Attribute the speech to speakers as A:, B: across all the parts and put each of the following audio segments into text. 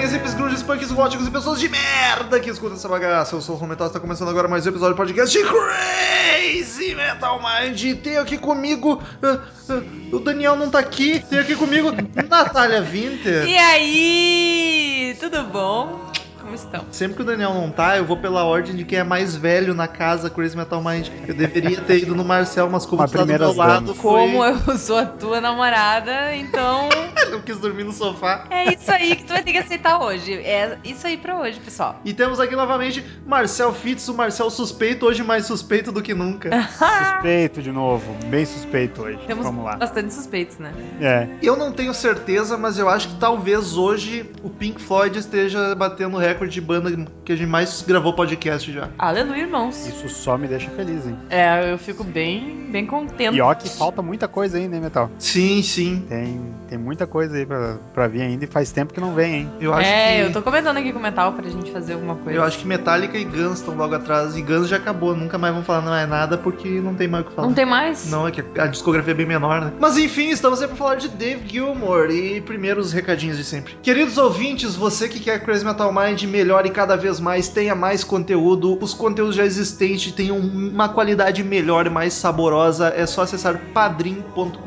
A: nerds, punks góticos e pessoas de merda que escutam essa bagaça. Eu sou o Romulo Metal, está começando agora mais um episódio do podcast de Crazy Metal Mind. E Tenho aqui comigo. ah, ah, o Daniel não tá aqui. Tenho aqui comigo Natália Winter.
B: E aí, tudo bom? Como estão?
A: Sempre que o Daniel não tá, eu vou pela ordem de quem é mais velho na casa Crazy Metal Mind. Eu deveria ter ido no Marcel, mas como
C: Uma
A: tu tá do meu
C: primeiras
A: lado,
C: damas.
A: foi...
B: Como eu sou a tua namorada, então
A: eu quis dormir no sofá.
B: é isso aí que tu vai ter que aceitar hoje. É isso aí pra hoje, pessoal.
A: E temos aqui novamente Marcel Fitz, o Marcel suspeito, hoje mais suspeito do que nunca.
C: Suspeito de novo, bem suspeito hoje.
B: Temos
C: Vamos lá.
B: bastante suspeitos, né?
C: É.
A: Eu não tenho certeza, mas eu acho que talvez hoje o Pink Floyd esteja batendo o recorde de banda que a gente mais gravou podcast já.
B: Aleluia, irmãos.
C: Isso só me deixa feliz, hein?
B: É, eu fico bem, bem contente.
C: E ó que falta muita coisa aí, né, Metal?
A: Sim, sim.
C: Tem, tem muita coisa aí pra, pra vir ainda e faz tempo que não vem, hein?
A: Eu acho
B: é,
A: que.
B: eu tô comentando aqui com o Metal pra gente fazer alguma coisa.
A: eu acho que Metallica e Guns estão logo atrás. E Guns já acabou, nunca mais vão falar não é nada porque não tem mais o que falar.
B: Não tem mais?
A: Não, é que a discografia é bem menor, né? Mas enfim, estamos aí pra falar de Dave Gilmour e primeiro os recadinhos de sempre. Queridos ouvintes, você que quer que Crazy Metal Mind melhore cada vez mais, tenha mais conteúdo, os conteúdos já existentes tenham uma qualidade melhor e mais saborosa, é só acessar padrim.com.br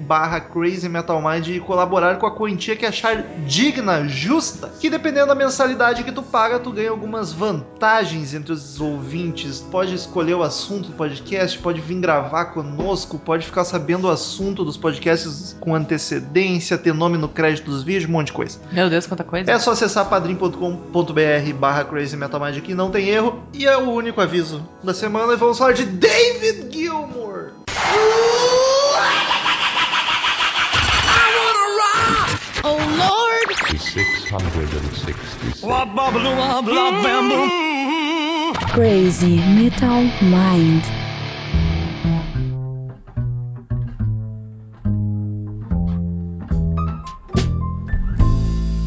A: barra Crazy Metal Mind e colaborar com a quantia que achar digna, justa, que dependendo da mensalidade que tu paga, tu ganha algumas vantagens entre os ouvintes. Pode escolher o assunto do podcast, pode vir gravar conosco, pode ficar sabendo o assunto dos podcasts com antecedência, ter nome no crédito dos vídeos, um monte de coisa.
B: Meu Deus, quanta coisa.
A: É só acessar padrim.com.br barra Crazy Metal Mind que não tem erro. E é o único aviso da semana e vamos falar de David Gilmour.
D: Crazy Metal Mind.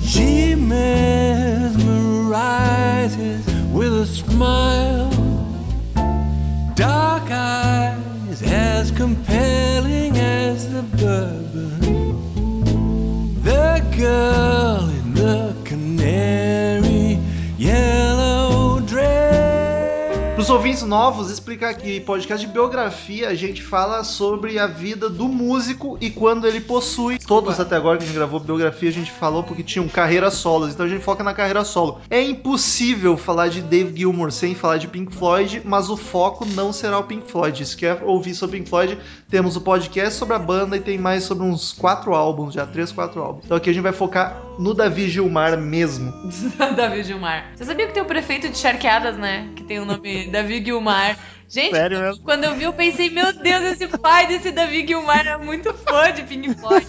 E: She mesmerizes with a smile. Dark eyes as compelling as the bourbon. The girl in the canary yellow dress.
A: Para os ouvintes novos, explicar que podcast de biografia a gente fala sobre a vida do músico e quando ele possui. Todos até agora que a gente gravou biografia a gente falou porque tinham carreiras solas, então a gente foca na carreira solo. É impossível falar de Dave Gilmour sem falar de Pink Floyd, mas o foco não será o Pink Floyd. Se quer ouvir sobre Pink Floyd, temos o podcast sobre a banda e tem mais sobre uns quatro álbuns já, três, quatro álbuns. Então aqui a gente vai focar no Davi Gilmar mesmo.
B: Davi Gilmar. Você sabia que tem o prefeito de Charqueadas, né? Que tem o nome Davi Gilmar. Gente,
C: Sério mesmo?
B: Quando eu vi, eu pensei, meu Deus, esse pai desse Davi Gilmar é muito fã de Pink Floyd.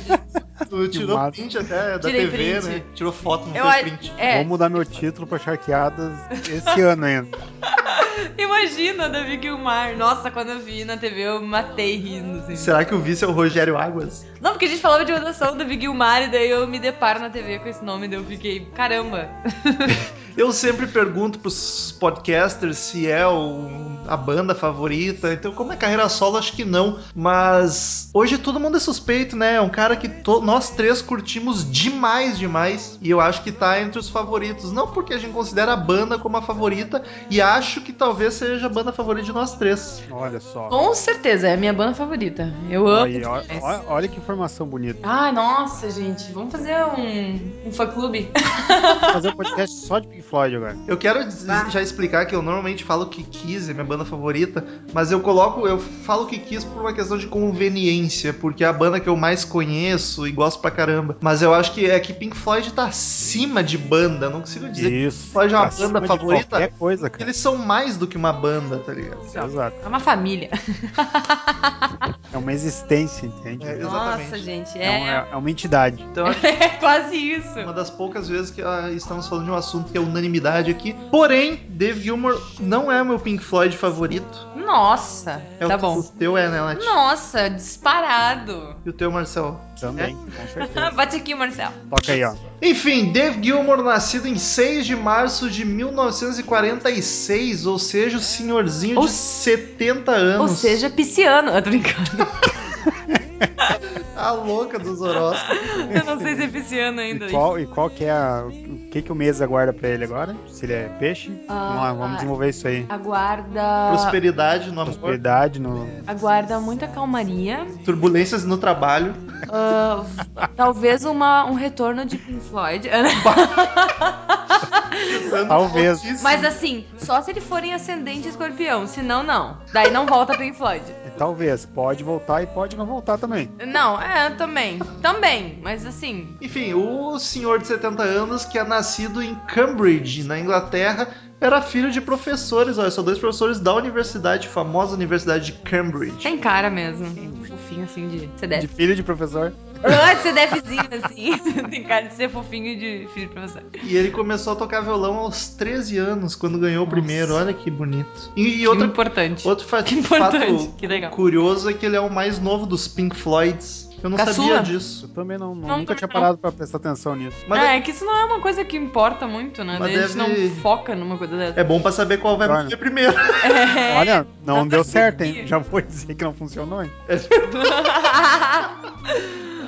A: Tu tirou
C: massa.
A: print até da
B: Tirei
A: TV,
B: print.
A: né? Tirou foto, não
B: Eu
A: fez
B: a-
A: print.
B: É,
C: Vou mudar meu título pra charqueadas esse ano ainda.
B: imagina Davi Gilmar. Nossa, quando eu vi na TV, eu matei rindo. Assim.
A: Será que o vice é o Rogério Águas?
B: Não, porque a gente falava de rotação Davi Gilmar e daí eu me deparo na TV com esse nome, daí eu fiquei, caramba.
A: Eu sempre pergunto pros podcasters se é o- a banda favorita. Então, como é carreira solo, acho que não. Mas hoje todo mundo é suspeito, né? É um cara que to- nós três curtimos demais, demais. E eu acho que tá entre os favoritos. Não porque a gente considera a banda como a favorita. E acho que talvez seja a banda favorita de nós três.
C: Olha só.
B: Com certeza, é a minha banda favorita. Eu amo.
C: Aí, ó-
B: demais.
C: ó- olha que informação bonita.
B: Ah, nossa, gente, vamos fazer um, um fã-clube?
C: Vou fazer um podcast só de Pink Floyd agora.
A: Eu quero des-
B: Bah.
A: já explicar que eu normalmente falo que Kiss é minha banda favorita, mas eu coloco, eu falo que Kiss por uma questão de conveniência, porque é a banda que eu mais conheço e gosto pra caramba. Mas eu acho que é que Pink Floyd tá acima de banda, não consigo dizer.
C: Isso.
A: Floyd é uma
C: Acima
A: banda
C: de
A: favorita?
C: Qualquer coisa,
A: que
C: cara.
A: Eles são mais do que uma banda, tá ligado?
C: Exato.
B: É uma família.
C: É uma existência, entende?
A: É,
C: É,
A: Exatamente.
B: Nossa, gente,
C: um-
B: é,
C: é uma entidade.
A: Então acho
B: é quase isso.
A: Uma das poucas vezes que ah, estamos falando de um assunto que é unanimidade aqui. Porém, Dave Gilmore não é o meu Pink Floyd favorito.
B: Nossa,
A: É
B: tá
A: o,
B: bom.
A: O teu é, né, Nath?
B: Nossa, disparado.
A: E o teu, Marcel? É.
C: Também, com
B: Ah,
C: certeza.
B: Bate aqui, Marcel.
C: Toca aí, ó.
A: Enfim, Dave Gilmour, nascido em 6 de março de 1946, ou seja, o senhorzinho
B: Ou-
A: de 70 anos.
B: Ou seja, pisciano. Eu tô brincando.
A: a louca dos horóscopos.
B: Eu não sei se é pisciano ainda.
C: E qual, e qual que é a. O que, que o mês aguarda pra ele agora? Se ele é peixe?
B: Ah,
C: vamos lá, vamos
B: ah.
C: desenvolver isso aí.
B: Aguarda.
A: Prosperidade no amor,
C: Prosperidade no.
B: Aguarda muita calmaria.
A: turbulências no trabalho.
B: Ah, v- talvez uma, um retorno de Pink Floyd.
A: pensando
C: Talvez.
A: altíssimo.
B: Mas assim, só se ele for em ascendente escorpião. Senão, não. Daí não volta Pink Floyd.
C: Talvez. Pode voltar e pode não voltar também.
B: Não, é, também. Também. Mas assim.
A: Enfim, o senhor de 70 anos, que é nascido em Cambridge, na Inglaterra, era filho de professores, olha só, dois professores da universidade, famosa universidade de Cambridge.
B: Tem cara mesmo. Tem Fofinho assim de
C: De
B: CDF.
C: filho de professor.
B: Ah, CDFzinho assim. Tem cara de ser fofinho de filho de professor.
A: E ele começou a tocar violão aos 13 anos, quando ganhou o primeiro, olha que bonito. E, e outra,
B: Outra... Importante.
A: outro fa-
B: Que importante.
A: fato
B: Que legal.
A: curioso é que ele é o mais novo dos Pink Floyds. Eu não
B: Caçula.
A: sabia disso.
C: Eu também não, não-
B: Não,
C: nunca
B: também
C: tinha
B: não.
C: parado pra prestar atenção nisso.
A: Mas
B: é, é que isso não é uma coisa que importa muito, né?
A: Mas
B: Daí A gente
A: deve-
B: não foca numa coisa dessa.
A: é, é bom pra saber qual vai
C: Olha.
A: morrer primeiro.
B: É.
C: Olha, não
B: dá
C: deu
B: pra
C: certo, hein?
B: seguir.
C: Já vou dizer que não funcionou, hein?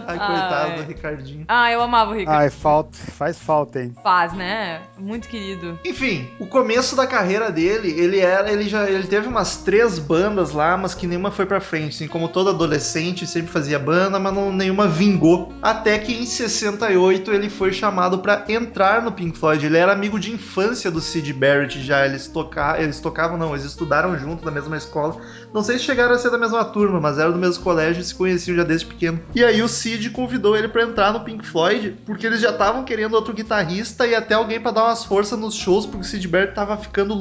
A: Ai,
B: Ai.
A: coitado do Ricardinho.
B: ah, eu amava o Ricardo.
C: Ai, falta. Faz falta, hein?
B: Faz, né? Muito querido.
A: Enfim, o começo da carreira dele, ele era, ele já, ele teve umas três bandas lá, mas que nenhuma foi pra frente, assim, como todo adolescente, sempre fazia banda, mas não, nenhuma vingou. Até que em 68 ele foi chamado pra entrar no Pink Floyd. Ele era amigo de infância do Sid Barrett já, eles tocavam, eles tocavam não, eles estudaram junto na mesma escola. Não sei se chegaram a ser da mesma turma, mas eram do mesmo colégio e se conheciam já desde pequeno. E aí o Sid convidou ele pra entrar no Pink Floyd, porque eles já estavam querendo outro guitarrista e até alguém pra dar umas forças nos shows, porque o Sid Barrett tava ficando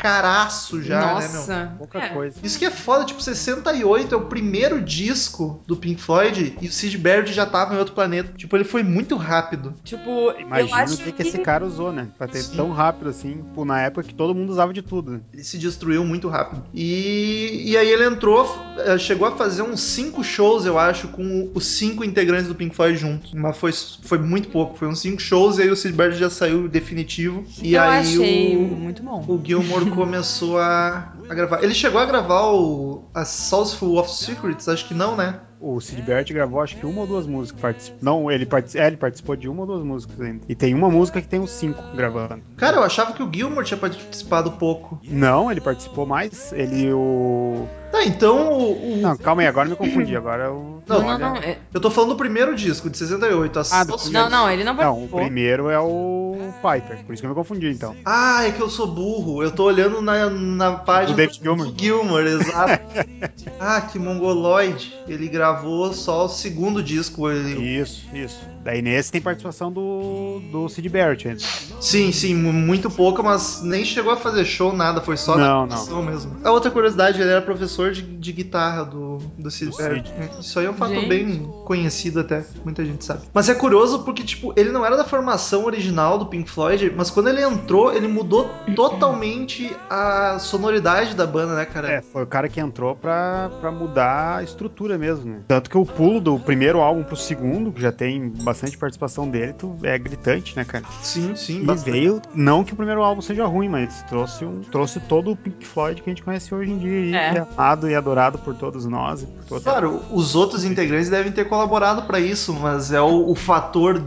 A: loucaraço já, né, meu?
B: Nossa.
C: Pouca
B: É.
C: coisa.
A: Isso que é foda, tipo, 68 é o primeiro disco do Pink Floyd e o Sid Barrett já tava em outro planeta. Tipo, ele foi muito rápido.
B: Tipo, eu
C: Imagina o
B: acho
C: que, que esse cara usou, né? Pra ter
A: Sim.
C: tão rápido assim, pô, na época que todo mundo usava de tudo. né?
A: Ele se destruiu muito rápido. E, e aí ele entrou, eh, chegou a fazer uns cinco shows, eu acho, com os cinco integrantes do Pink Floyd juntos. Mas foi, foi muito pouco, foi uns cinco shows e aí o Sid Barrett já saiu definitivo. E
B: eu
A: aí
B: achei
A: o,
B: muito bom.
A: o Gilmore começou a, a gravar. Ele chegou a gravar o a Soulful of Secrets, acho que não, né?
C: O
B: É.
C: Sid Barrett gravou acho que uma ou duas músicas. particip- Não, ele, partici- é, ele participou de uma ou duas músicas ainda. E tem uma música que tem os cinco gravando.
A: Cara, eu achava que o Gilmore tinha participado pouco.
C: Não, ele participou mais. Ele o.
A: Tá, então o. o-
C: Não, calma aí, agora eu me confundi. Agora eu.
A: Não,
B: Não, não,
C: olha-
B: não. é-
A: Eu tô falando do primeiro disco, de 68. A
C: Ah, do
A: Soulful-
B: Não, não, ele não
C: Não, o
B: participou.
C: primeiro é o Piper. Por isso que eu me confundi, então.
A: Ah, é que eu sou burro. Eu tô olhando na, na página
C: Do David Gilmour.
A: do Gilmour, exato. ah, que mongoloide. Ele gravou só o segundo disco. ele-
C: Isso, isso. Daí nesse tem participação do, do Sid Barrett. né?
A: Sim, sim, mu- muito pouco, mas nem chegou a fazer show, nada. Foi só
C: Não,
A: na gravação mesmo. A outra curiosidade, ele era professor de, de guitarra do, do Sid
C: Do
A: Barrett. Isso aí é um fato
B: Gente.
A: bem conhecido até, muita gente sabe. Mas é curioso porque, tipo, ele não era da formação original do Pink Floyd, mas quando ele entrou, ele mudou totalmente a sonoridade da banda, né, cara?
C: É, foi o cara que entrou pra, pra mudar a estrutura mesmo, né? Tanto que o pulo do primeiro álbum pro segundo, que já tem bastante participação dele, tu, é gritante, né, cara?
A: Sim, sim,
C: E
A: bastante.
C: veio, não que o primeiro álbum seja ruim, mas trouxe, um, trouxe todo o Pink Floyd que a gente conhece hoje em dia, e
B: É.
C: que é amado e adorado por todos nós. E por toda...
A: Claro, os outros integrantes devem ter colaborado pra isso, mas é o, o fator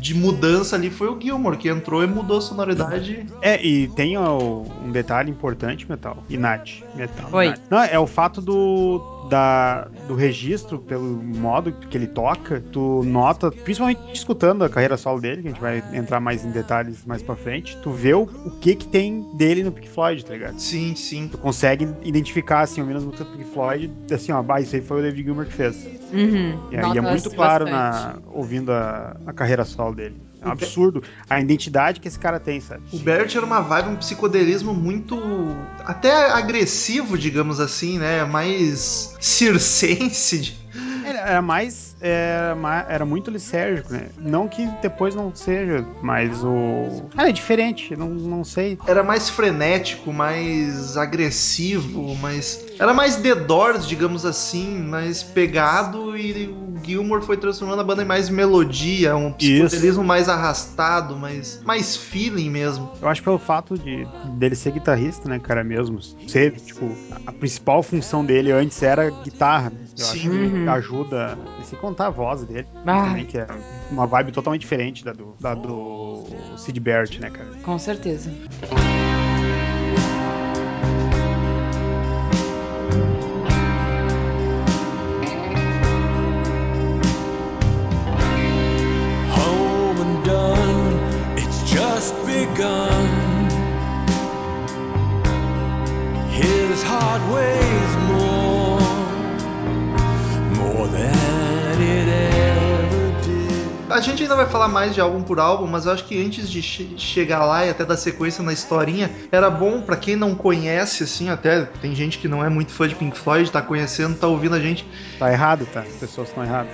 A: de mudança ali foi o Gilmore, que entrou e mudou a sonoridade.
C: É, e tem ó, um detalhe importante, Metal, e Nath, Metal.
B: Oi.
C: Nath. Não, é o fato do, da, do registro, pelo modo que ele toca, tu nota, principalmente escutando a carreira solo dele, que a gente vai entrar mais em detalhes mais pra frente, tu vê o, o que que tem dele no Pink Floyd, tá ligado?
A: Sim, sim.
C: Tu consegue identificar, assim, ao menos no Pink Floyd, assim, ó, bah, isso aí foi o David Gilmour que fez.
B: Uhum.
C: E aí é
B: Nota
C: muito claro
B: bastante. Então
C: na, ouvindo a, a carreira solo dele. É um absurdo a identidade que esse cara tem, sabe?
A: O Barrett era uma vibe, um psicodelismo muito. até agressivo, digamos assim, né? Mais circense.
C: Era, era mais. Era, ma- era muito lisérgico, né? Não que depois não seja, mas o. Cara, é diferente, não, não sei.
A: Era mais frenético, mais agressivo, mais. Era mais The Doors, digamos assim, mais pegado e o Gilmore foi transformando a banda em mais melodia, um psicodelismo mais arrastado, mais, mais feeling mesmo.
C: Eu acho que pelo fato de dele ser guitarrista, né, cara, mesmo, ser, tipo, a principal função dele antes era guitarra. né? Eu acho
A: Sim.
C: que ajuda, e se contar a voz dele,
B: Ah.
C: também, que é uma vibe totalmente diferente da do, da do Sid Barrett, né, cara?
B: Com certeza.
E: home and done, it's just begun. His heart weighs more, more than it ever did.
A: A gente ainda vai falar mais de álbum por álbum, mas eu acho que antes de che- chegar lá e até dar sequência na historinha, era bom pra quem não conhece, assim, até tem gente que não é muito fã de Pink Floyd, tá conhecendo, tá ouvindo a gente,
C: Tá errado, tá? As pessoas estão erradas.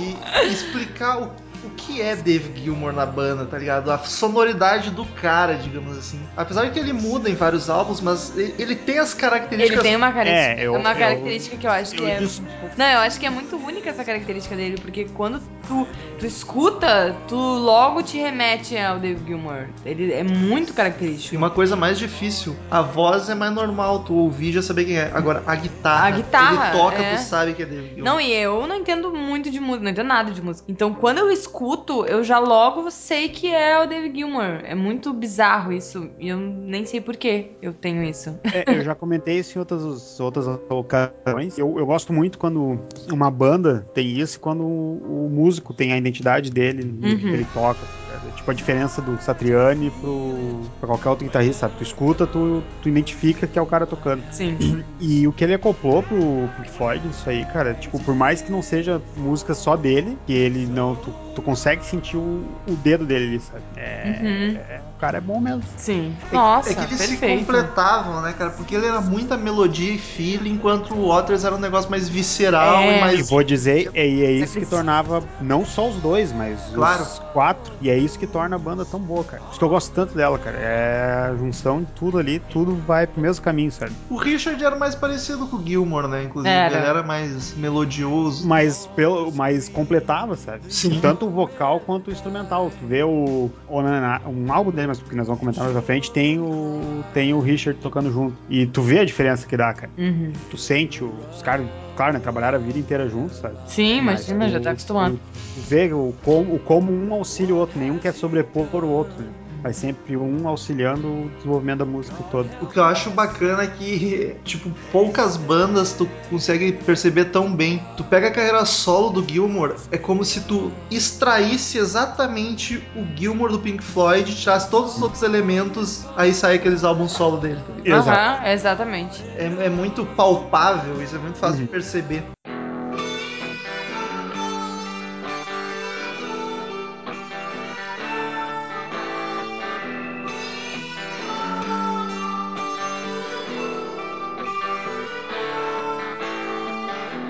A: e explicar o, o que é Dave Gilmour na banda, tá ligado? A sonoridade do cara, digamos assim. Apesar de que ele muda em vários álbuns, mas ele, ele tem as características.
B: Ele tem um uma característica,
C: É, eu-
B: uma
C: eu-
B: característica que eu acho que
C: eu
B: é.
C: dis-
B: Não, eu acho que é muito única essa característica dele, porque quando tu, tu escuta, tu logo te remete ao David Gilmour. Ele é muito
A: E
B: característico.
A: uma coisa mais difícil, a voz é mais normal, tu ouvir já saber quem é. Agora, a guitarra,
B: A guitarra,
A: ele toca,
B: é.
A: tu sabe que é Dave Gilmour.
B: Não, e eu não entendo muito de música, não entendo nada de música. Então, quando eu escuto, eu já logo sei que é o David Gilmour. É muito bizarro isso, e eu nem sei por que eu tenho isso.
C: É, eu já comentei isso em outras, outras ocasiões. Eu, eu gosto muito quando uma banda tem isso e quando o, o músico tem a identidade dele, no
B: Uhum.
C: que ele toca. É, Tipo, a diferença do Satriani pro, pra qualquer outro guitarrista, sabe? Tu escuta, tu, tu identifica que é o cara tocando.
B: Sim.
C: E o que ele acoplou pro Pink Floyd, isso aí, cara, tipo, por mais que não seja música só dele, que ele não... Tu, tu consegue sentir o, o dedo dele ali, sabe? É,
B: Uhum.
C: O cara é bom mesmo.
B: Sim. Nossa,
A: é que eles se
B: perfeito.
A: completavam, né, cara? Porque ele era muita melodia e feeling, enquanto o Waters era um negócio mais visceral
B: É.
A: e
C: E
A: mais.
C: vou dizer, é, e é isso que tornava não só os dois, mas
A: Claro.
C: os quatro. E é isso que torna a banda tão boa, cara. Por isso que eu gosto tanto dela, cara. É a junção de tudo ali, tudo vai pro mesmo caminho, sabe?
A: O Richard era mais parecido com o Gilmore, né? Inclusive,
B: Era.
A: ele era mais melodioso. Então,
C: Mas, pelo, mas completava, sabe?
A: Sim.
C: Tanto o vocal quanto o instrumental. Tu vê o, o na- na- um álbum dele, mas que nós vamos comentar mais pra frente, tem o, tem o Richard tocando junto. E tu vê a diferença que dá, cara.
B: Uhum.
C: Tu sente o- os caras, claro, né? Trabalharam a vida inteira juntos, sabe?
B: Sim,
C: Mas
B: imagina, já tá
C: o-
B: acostumado.
C: o- Ver o como, o como um auxilia o outro, nenhum quer sobrepor o outro. né? Vai sempre um auxiliando o desenvolvimento da música toda.
A: O que eu acho bacana é que, tipo, poucas bandas tu consegue perceber tão bem. Tu pega a carreira solo do Gilmore, é como se tu extraísse exatamente o Gilmore do Pink Floyd, tirasse todos os outros elementos, aí sai aqueles álbuns solo dele. tá ligado?
B: Aham, exatamente.
A: É, é muito palpável, isso é muito fácil
C: Uhum.
A: de perceber.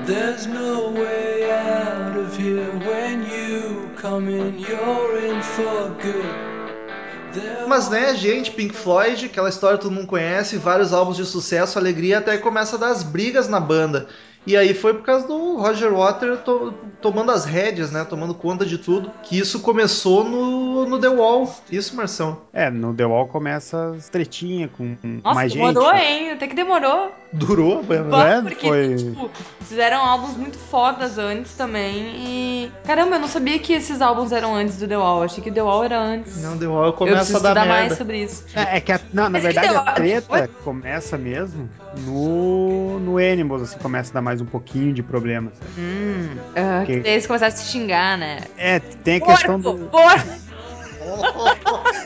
E: There's no way out of here when you come in, you're in for good. There
A: Mas né, gente, Pink Floyd, aquela história que todo mundo conhece, vários álbuns de sucesso, alegria, até começa a dar as brigas na banda. E aí foi por causa do Roger Waters to- tomando as rédeas, né? Tomando conta de tudo. Que isso começou no, no The Wall. Isso, Marção.
C: É, no The Wall começa as tretinhas com com
B: Nossa,
C: mais gente.
B: demorou, hein? Até que demorou.
A: Durou, mano.
C: Não é?
B: Porque,
C: Foi-
B: tipo, fizeram álbuns muito fodas antes também. E. Caramba, eu não sabia que esses álbuns eram antes do The Wall. Achei que o The Wall era antes.
A: Não, The Wall
B: eu preciso
A: começa a dar
B: estudar
A: merda.
B: mais sobre isso.
C: É, é que a- não, na
B: Mas ele
C: verdade
B: deu
C: a
B: a-
C: treta começa mesmo no, no Animals, assim, começa a dar mais um pouquinho de problemas.
B: Hum. ah, que
C: Que-
B: daí eles começaram a se xingar, né?
C: É, tem a questão
B: Porco!
C: do.
B: Porco!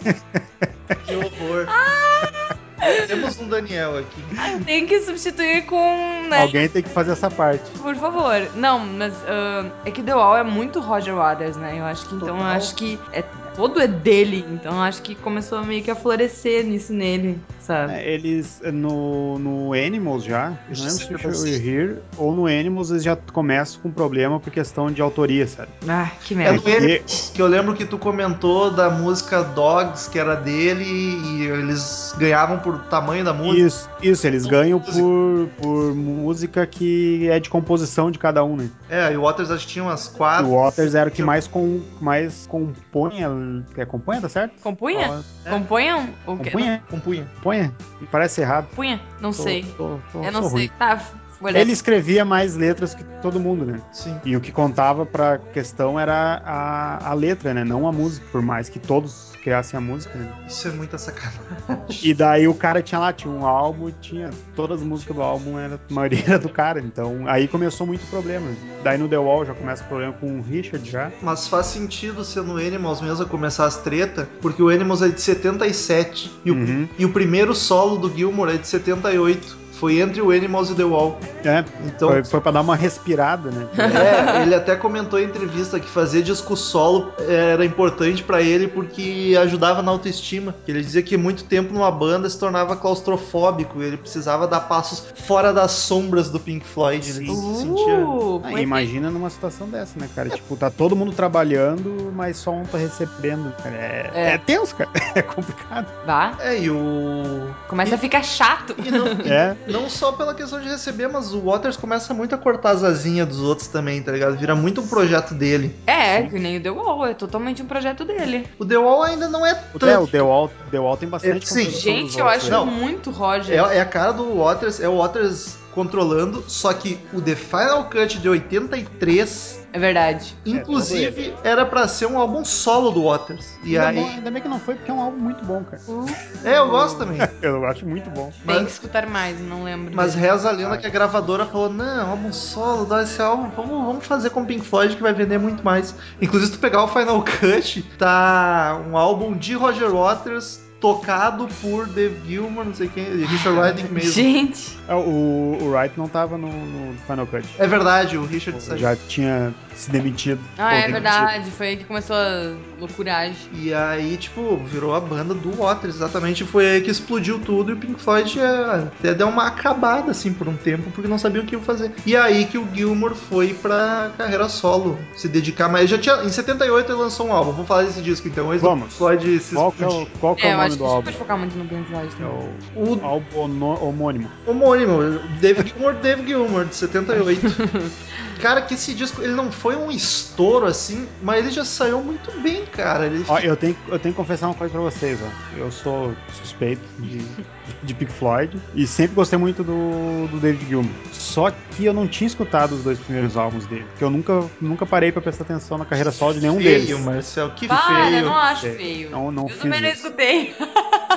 A: que horror.
B: Ah!
A: Temos um Daniel aqui.
B: Tem que substituir com. Né?
C: Alguém tem que fazer essa parte.
B: Por favor. Não, mas ah, é que The Wall é muito Roger Waters, né? Eu acho que então eu
A: Total.
B: acho que é todo é dele, então eu acho que começou meio que a florescer nisso nele. sabe?
C: É, eles no, no Animals já, não lembro se foi o Here ou no Animals eles já começam com problema por questão de autoria, sabe?
B: Ah, que
A: É
B: merda.
A: do ele que eu lembro que tu comentou da música Dogs, que era dele, e eles ganhavam por tamanho da música.
C: Isso, isso, eles ganham por, por música que é de composição de cada um, né?
A: É, e o Waters acho que tinha umas
B: Ah,
A: quatro.
C: o Waters era o que mais, com, mais compunha. É, compunha, tá certo?
B: Compunha?
A: É.
B: Compunha? um- O quê?
C: Compunha?
A: Compunha.
C: Compunha? Me parece errado.
B: Compunha? Não
C: Tô-
B: sei.
C: tô- tô-
B: Eu não
C: sou
B: sei.
C: ruim.
B: Tá, olha.
C: Ele escrevia mais letras que todo mundo, né?
A: Sim.
C: E o que contava pra questão era a, a letra, né? Não a música, por mais que todos criassem a música. Né?
A: Isso é muita sacanagem.
C: E daí o cara tinha lá, tinha um álbum, tinha todas as músicas do álbum, era, a maioria era do cara. Então aí começou muito problema. Daí no The Wall já começa o problema com o Richard já.
A: Mas faz sentido ser no Animals mesmo a começar as treta, porque o Animals é de 77 e o,
C: Uhum.
A: e o primeiro solo do Gilmore é de 78. Foi entre o Animals e The Wall.
C: É,
A: Então,
C: foi, foi pra dar uma respirada, né?
A: É, ele até comentou em entrevista que fazer disco solo é, era importante pra ele porque ajudava na autoestima. Ele dizia que muito tempo numa banda se tornava claustrofóbico, ele precisava dar passos fora das sombras do Pink Floyd, ele
B: Uh,
A: se sentia
C: Ah,
B: pois-
C: imagina numa situação dessa, né, cara? Tipo, tá todo mundo trabalhando, mas só um tá recebendo. cara. É,
B: É.
C: é tenso, cara. É complicado.
B: Bah,
A: É, e o
B: começa a ficar chato.
A: e não,
C: É.
A: não só pela questão de receber, mas o Waters começa muito a cortar as asinhas dos outros também, tá ligado? Vira muito um projeto dele.
B: É, que nem o The Wall, é totalmente um projeto dele.
A: O The Wall ainda não é
C: O,
A: tanto.
C: The- o The Wall, The Wall tem bastante
A: É, sim.
C: composição dos
B: Gente, eu
C: outros,
B: acho
C: né?
A: Não.
B: muito Roger.
A: É, é a cara do Waters, é o Waters controlando, só que o The Final Cut de 83,
B: É verdade.
A: inclusive, era pra ser um álbum solo do Waters. E
C: Ainda, bom-
A: aí.
C: ainda bem que não foi, porque é um álbum muito bom, cara.
A: É, eu gosto também.
C: Eu acho muito bom.
B: Uh, Tem que
A: Mas,
B: escutar mais, não lembro.
A: mas
B: dele.
A: reza a lenda que a gravadora falou: não, álbum solo, dá esse álbum, vamos, vamos fazer com Pink Floyd que vai vender muito mais. Inclusive, se tu pegar o Final Cut, tá um álbum de Roger Waters. Tocado por Dave Gilmour, não sei quem, Richard Riding mesmo.
B: Gente,
C: Ah, O, o Wright não tava no, no Final Cut.
A: É verdade, o Richard saiu.
C: Já tinha se demitido.
B: ah, é
C: Pô, demitido.
B: verdade. Foi aí que começou a loucuragem.
A: E aí, tipo, virou a banda do Waters, exatamente. Foi aí que explodiu tudo e o Pink Floyd é, até deu uma acabada, assim, por um tempo, porque não sabia o que ia fazer. E aí que o Gilmour foi pra carreira solo, se dedicar mais. Já tinha, em 78 ele lançou um álbum, vamos falar desse disco então. Antes do
C: Vamos.
A: Pink Floyd se
C: Qual que é
A: explodir.
C: o, qual que
B: É,
C: é o
B: eu
C: nome
B: acho que
C: do
B: a gente
C: álbum?
B: pode focar muito no Pink Floyd
C: É
B: também.
C: o
A: O
C: álbum ono- homônimo.
A: homônimo, David Gilmour, David Gilmour, de 78. Cara, que esse disco, ele não foi um estouro assim, mas ele já saiu muito bem, cara. Ele
C: Ó, eu tenho, eu tenho que confessar uma coisa pra vocês, ó. Eu sou suspeito de, de Pink Floyd e sempre gostei muito do, do David Gilmour. Só que eu não tinha escutado os dois primeiros álbuns dele, porque eu nunca, nunca parei pra prestar atenção na carreira solo de nenhum
A: feio,
C: é um deles.
A: Marcel, que
B: Para,
A: feio.
B: eu não acho
C: feio.
B: feio.
C: Não- não
B: eu
C: fiz
B: também não
C: isso.
B: escutei.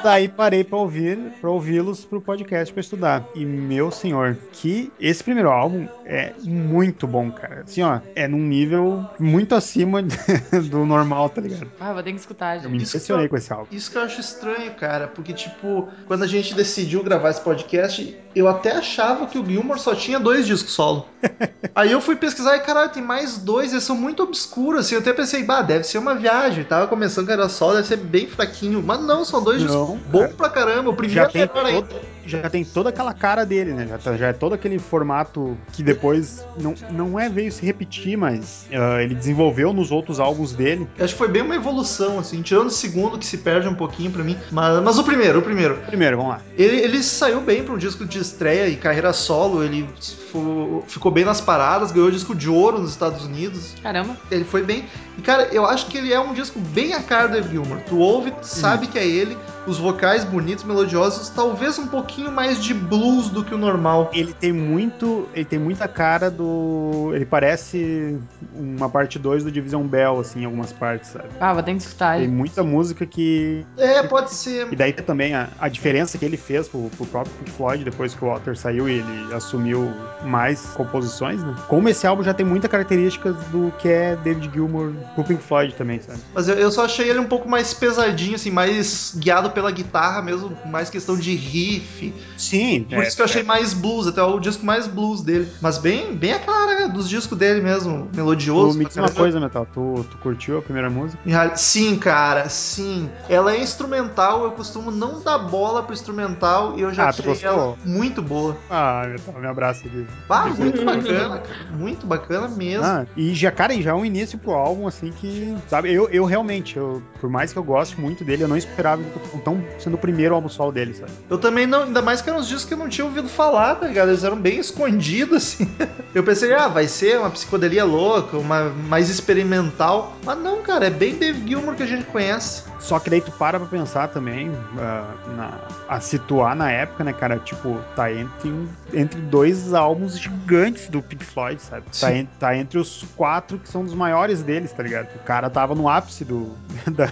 C: Daí parei pra ouvir, para ouvi-los pro podcast pra estudar. E meu senhor, que esse primeiro álbum é muito bom, cara. Assim, ó, é num nível muito acima do normal, tá ligado?
B: Ah, eu vou ter que escutar,
C: Eu me
B: gente.
A: Isso
C: impressionei com esse álbum.
A: Isso que eu acho estranho, cara, porque, tipo, quando a gente decidiu gravar esse podcast, eu até achava que o Gilmore só tinha dois discos solo. Aí eu fui pesquisar e, caralho, tem mais dois, eles são muito obscuros, assim. Eu até pensei, bah, deve ser uma viagem. Tava começando que era solo, deve ser bem fraquinho. Mas não, são dois discos
C: Não,
A: bons pra caramba. O primeiro é
C: já tem,
A: melhor ainda.
C: todo- já tem toda aquela cara dele, né? Já, tá- já é todo aquele formato que depois não, não é veio se repetir, mas ah, ele desenvolveu nos outros álbuns dele.
A: Acho que foi bem uma evolução, assim, tirando o segundo, que se perde um pouquinho pra mim. Mas, mas o primeiro, o primeiro.
C: Primeiro, vamos lá.
A: Ele, ele saiu bem para um disco de estreia e carreira solo, ele fo- ficou bem nas paradas, ganhou disco de ouro nos Estados Unidos,
B: Caramba.
A: ele foi bem. E cara, eu acho que ele é um disco bem a cara do David Gilmour. Tu ouve, tu sabe que é ele, os vocais bonitos, melodiosos, talvez um pouquinho mais de blues do que o normal.
C: Ele tem muito. Ele tem muita cara do. Ele parece uma parte 2 do Division Bell, assim, em algumas partes, sabe?
B: Ah, vou ter que escutar.
C: Tem
B: gente.
C: muita música que.
A: É, pode ser.
C: E daí tem também a, a diferença que ele fez pro, pro próprio Pink Floyd, depois que o Walter saiu e ele assumiu mais composições, né? Como esse álbum já tem muita característica do que é David Gilmour pro Pink Floyd também, sabe?
A: Mas eu, eu só achei ele um pouco mais pesadinho, assim, mais guiado pela guitarra mesmo, mais questão de riff, e
C: Sim,
A: por
C: é,
A: isso que eu achei
C: é.
A: mais blues, até o disco mais blues dele. Mas bem, bem a cara né, dos discos dele mesmo,
C: Tu
A: melodioso.
C: me
A: pra
C: diz uma
A: caramba.
C: coisa, Metal. Tu, tu curtiu a primeira música?
A: Real- Sim, cara, sim. Ela é instrumental, eu costumo não dar bola pro instrumental e eu já
C: Ah, tu
A: achei
C: gostou?
A: ela muito boa.
C: Ah, Metal, me abraça aqui.
A: Ah, muito bacana, cara. Muito bacana mesmo.
C: Ah, e já, cara, e já é um início pro álbum, assim, que, sabe, eu, eu realmente, eu, por mais que eu goste muito dele, eu não esperava ele tão sendo o primeiro álbum solo dele, sabe?
A: Eu também não, ainda mais que eram uns discos que eu não tinha ouvido falar, tá ligado? Eles eram bem escondidos, assim. Eu pensei, ah, vai ser uma psicodelia louca, uma mais experimental. Mas não, cara, é bem Dave Gilmour que a gente conhece.
C: Só que daí tu para pra pensar também, ah, na- a situar na época, né, cara? Tipo, tá entre, entre dois álbuns gigantes do Pink Floyd, sabe? Tá,
A: Sim.
C: en- tá entre os quatro que são dos maiores deles, tá ligado? O cara tava no ápice do, da,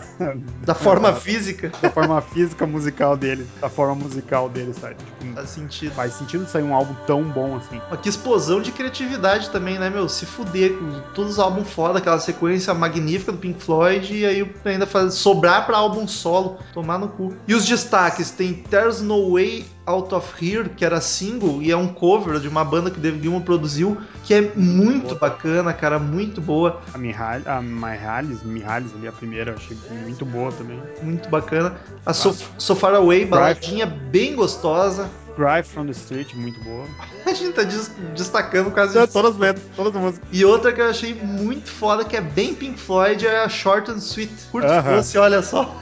A: Da forma física,
C: da forma física musical dele, da forma musical dele, sabe? Tipo,
A: faz sentido.
C: faz sentido sair um álbum tão bom assim.
A: Mas que explosão de criatividade também, né, meu? Se fuder com todos os álbuns foda, aquela sequência magnífica do Pink Floyd, e aí ainda faz- sobrar pra álbum solo, tomar no cu. E os destaques, tem There's No Way Out of Here, que era single, e é um cover de uma banda que o David Gilmour produziu, que é muito bacana, cara, muito boa,
C: A Mihalis, a Mihalis, Mihalis ali, a primeira, eu achei muito boa também.
A: muito bacana. A so, so Far Away, baladinha bem gostosa.
C: Drive from the Street, muito boa.
A: A gente tá des- destacando quase
C: é Todas as todas as músicas.
A: E outra que eu achei muito foda, que é bem Pink Floyd, é a Short and Sweet. Curto e
C: Aham.
A: doce, olha só.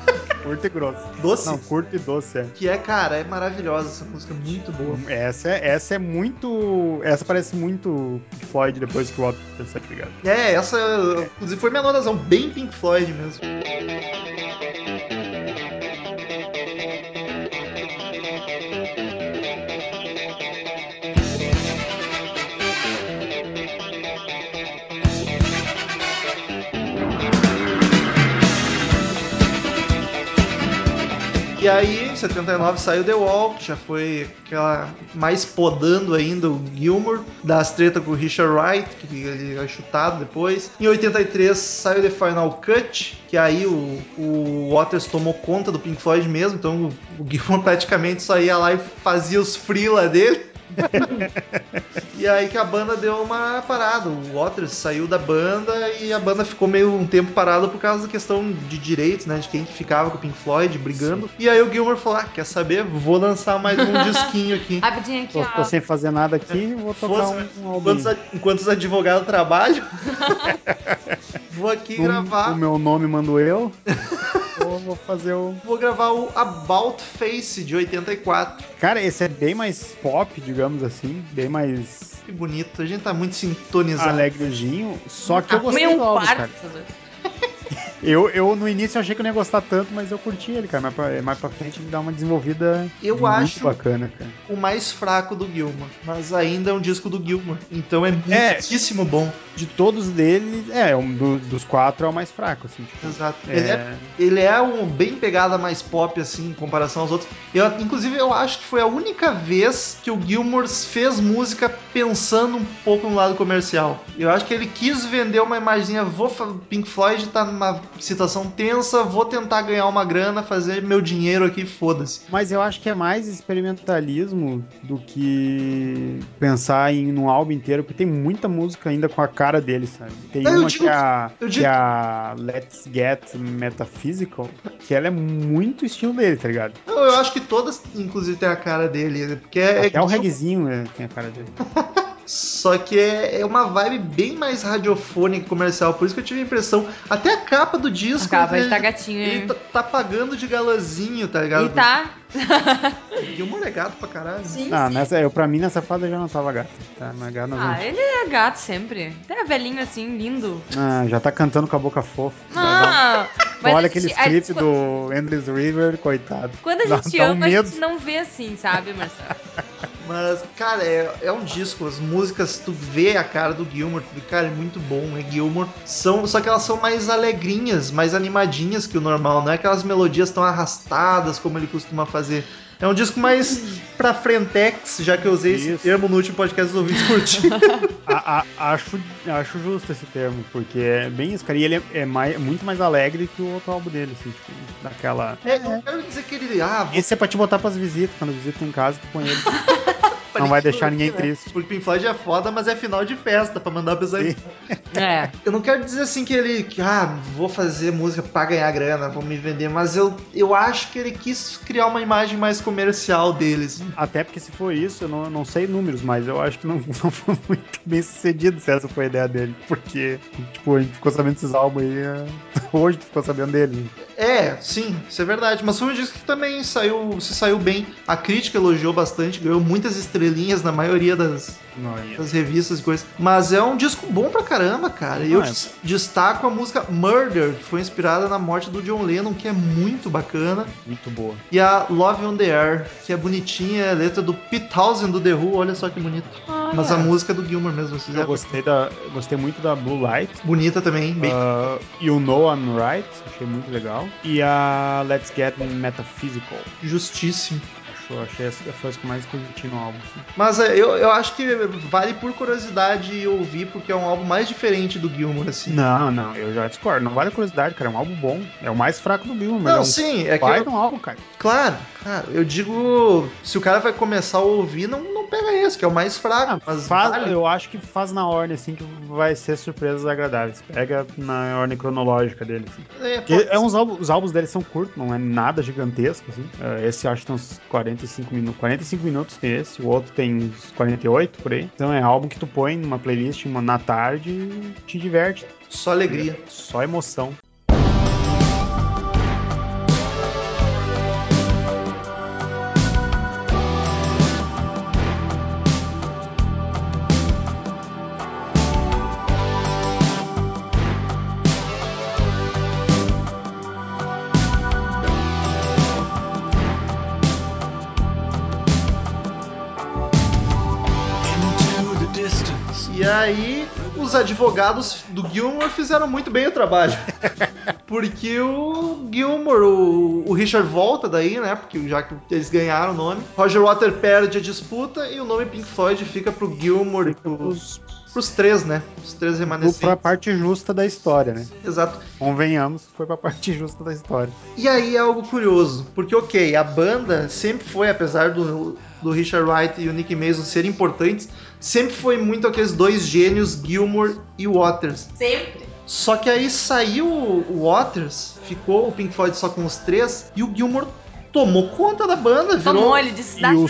C: Curta e grossa.
A: Doce.
C: Não, curto e doce, é.
A: Que é, cara, é maravilhosa essa música, muito boa.
C: Essa é, essa é muito. Essa parece muito Pink Floyd depois que o Otto pensa, tá ligado?
A: É, essa, inclusive, foi minha notação, bem Pink Floyd mesmo. E aí, em 79 saiu The Wall, que já foi aquela mais podando ainda o Gilmour, das treta com o Richard Wright, que ele é chutado depois. Em 83 saiu The Final Cut, que aí o, o Waters tomou conta do Pink Floyd mesmo, então o, o Gilmour praticamente só ia lá e fazia os freela dele. E aí que a banda deu uma parada. O Waters saiu da banda e a banda ficou meio um tempo parada por causa da questão de direitos, né? De quem que ficava com o Pink Floyd brigando. E aí o Gilmore falou: ah, quer saber? Vou lançar mais um disquinho aqui.
B: Rapidinho aqui,
C: Tô, tô
B: ó.
C: sem fazer nada aqui, vou tocar
A: Fosse-
C: um, um álbum.
A: Enquanto, os ad- enquanto os advogados trabalham, vou aqui gravar.
C: Um- O meu nome mando eu. Vou- vou fazer o.
A: Vou gravar o About Face de 84.
C: Cara, esse é bem mais pop, digamos assim. Bem mais
A: Que bonito. A gente tá muito sintonizado.
C: alegrezinho. Só que eu gostei
B: Arrumei um
C: do álbum,
B: quarto.
C: cara. Eu, eu no início eu achei que eu não ia gostar tanto, mas eu curti ele, cara. Mas pra, é, mais pra frente ele dá uma desenvolvida
A: Eu
C: muito
A: acho-
C: bacana, cara.
A: o mais fraco do Gilmour, mas ainda é um disco do Gilmour, então é
C: É.
A: muitíssimo bom.
C: De todos dele, é, um do- dos quatro é o mais fraco, assim. Tipo,
A: Exato.
C: é,
A: Ele, é, ele é um bem pegada mais pop, assim, em comparação aos outros. Eu, inclusive, eu acho que foi a única vez que o Gilmour fez música pensando um pouco no lado comercial. Eu acho que ele quis vender uma imagenzinha, vou fa- Pink Floyd tá numa situação tensa, vou tentar ganhar uma grana, fazer meu dinheiro aqui, foda-se.
C: Mas eu acho que é mais experimentalismo do que pensar em um álbum inteiro, porque tem muita música ainda com a cara dele, sabe? Tem
A: Não, eu
C: uma
A: digo-
C: que é, a,
A: eu
C: que
A: digo-
C: é a Let's Get Metaphysical, que ela é muito estilo dele, tá ligado?
A: Eu, eu acho que todas, inclusive, tem a cara dele, né? porque é,
C: Até o
A: Gilmour.
C: reggaezinho é, tem a cara dele.
A: Só que é, é uma vibe bem mais radiofônica e comercial, por isso que eu tive a impressão. Até a capa do disco.
B: Acaba, ele
A: ele,
B: tá
C: né?
B: gatinho
A: ele
B: aí.
A: tá, tá pagando de galãzinho, tá ligado?
B: E tá.
A: E o molegado pra caralho.
B: Sim,
C: Não, Ah, nessa, eu, pra mim nessa fase eu já não tava gata. Tá? Mas gata nós
B: Ah,
C: vamos-
B: ele é gato sempre. Até velhinho assim, lindo.
C: Ah, já tá cantando com a boca fofa. um-
B: Ah, mas
C: Olha
B: a gente-
C: Tá aquele
B: a gente-
C: script do Endless River, coitado.
B: Quando a
C: Dá-
B: gente
C: dá um
B: ama, a
C: medo.
B: gente não vê assim, sabe, Marcelo?
A: Mas, cara, é, é um disco. As músicas, tu vê a cara do Gilmore, tu vê, cara, é muito bom, é Gilmore. São, só que elas são mais alegrinhas, mais animadinhas que o normal, não é aquelas melodias tão arrastadas como ele costuma fazer. É um disco mais pra frentex, já que eu usei esse
C: Isso.
A: termo no último podcast dos ouvintes curtindo.
C: A- a- acho, acho justo esse termo, porque é bem isso, cara. E ele é, é mai- muito mais alegre que o outro álbum dele, assim, tipo, daquela.
A: é, eu quero dizer que ele. Ah, vou
C: Esse é pra te botar pras visitas, quando visita em casa, tu põe ele. não vai deixar ninguém triste.
A: Porque Pink Floyd é foda, mas é final de festa pra mandar a pessoa.
C: Sim.
B: É.
A: Eu não quero dizer assim que ele, que, ah, vou fazer música pra ganhar grana, vou me vender, mas eu, eu acho que ele quis criar uma imagem mais comercial deles.
C: Até porque se for isso, eu não, não sei números, mas eu acho que não, não foi muito bem sucedido se essa foi a ideia dele. Porque, tipo, a gente ficou sabendo desses álbuns aí. é, Hoje tu ficou sabendo dele. né?
A: É, sim, isso é verdade, mas foi um disco que também saiu, se saiu bem. A crítica elogiou bastante, ganhou muitas estrelinhas na maioria das,
C: Não,
A: das revistas e coisas. Mas é um disco bom pra caramba, cara. E eu
C: Ah, é.
A: des- destaco a música Murder, que foi inspirada na morte do John Lennon, que é muito bacana.
C: Muito boa.
A: E a Love on the Air, que é bonitinha, é letra do Pete Townsend do The Who, olha só que bonito. Mas a música é do Gilmore mesmo, se
C: Eu
A: fizer.
C: gostei, da, eu gostei muito da Blue Light.
A: Bonita também, bem
C: Ah, you Know I'm Right, achei muito legal. E a Let's Get Metaphysical,
A: justíssimo.
C: acho, achei essa foi as que mais curti no álbum. assim.
A: Mas é, eu, eu acho que vale por curiosidade ouvir, porque é um álbum mais diferente do Gilmore, assim.
C: Não, não, eu já discordo. Não vale a curiosidade, cara. É um álbum bom. É o mais fraco do Bill, mas
A: Não,
C: é um
A: sim, é que.
C: baita
A: eu-
C: um álbum, cara.
A: claro, claro. Eu digo, se o cara vai começar a ouvir, não, não pega esse, que é o mais fraco. Mas
C: Ah, Faz-
A: vale.
C: Eu acho que faz na ordem, assim, que vai ser surpresas agradáveis. Pega na ordem cronológica dele, assim.
A: É, pô,
C: Porque é uns álbuns, os álbuns dele são curtos, não é nada gigantesco, assim. Ah, Esse acho que tem uns 45 minutos. 45 minutos tem esse, o outro tem uns 48 por aí. Então é álbum que tu põe numa playlist uma, na tarde e te diverte.
A: Só alegria.
C: Só emoção.
E: Into the distance.
A: E aí, os advogados do Gilmore fizeram muito bem o trabalho. Porque o Gilmore, o, o Richard volta daí, né? Porque já que eles ganharam o nome. Roger Water perde a disputa e o nome Pink Floyd fica pro Gilmore e pro,
C: Os,
A: pros três, né? Os três remanescentes.
C: pra parte justa da história, né?
A: Exato.
C: Convenhamos, foi pra parte justa da história.
A: E aí é algo curioso, porque ok, a banda sempre foi, apesar do, do Richard Wright e o Nick Mason serem importantes, sempre foi muito aqueles dois gênios, Gilmore e Waters.
B: Sempre.
A: Só que aí saiu o Waters, ficou o Pink Floyd só com os três, e o Gilmore tomou conta da banda, virou
B: Tomou, ele disse. um
C: E o,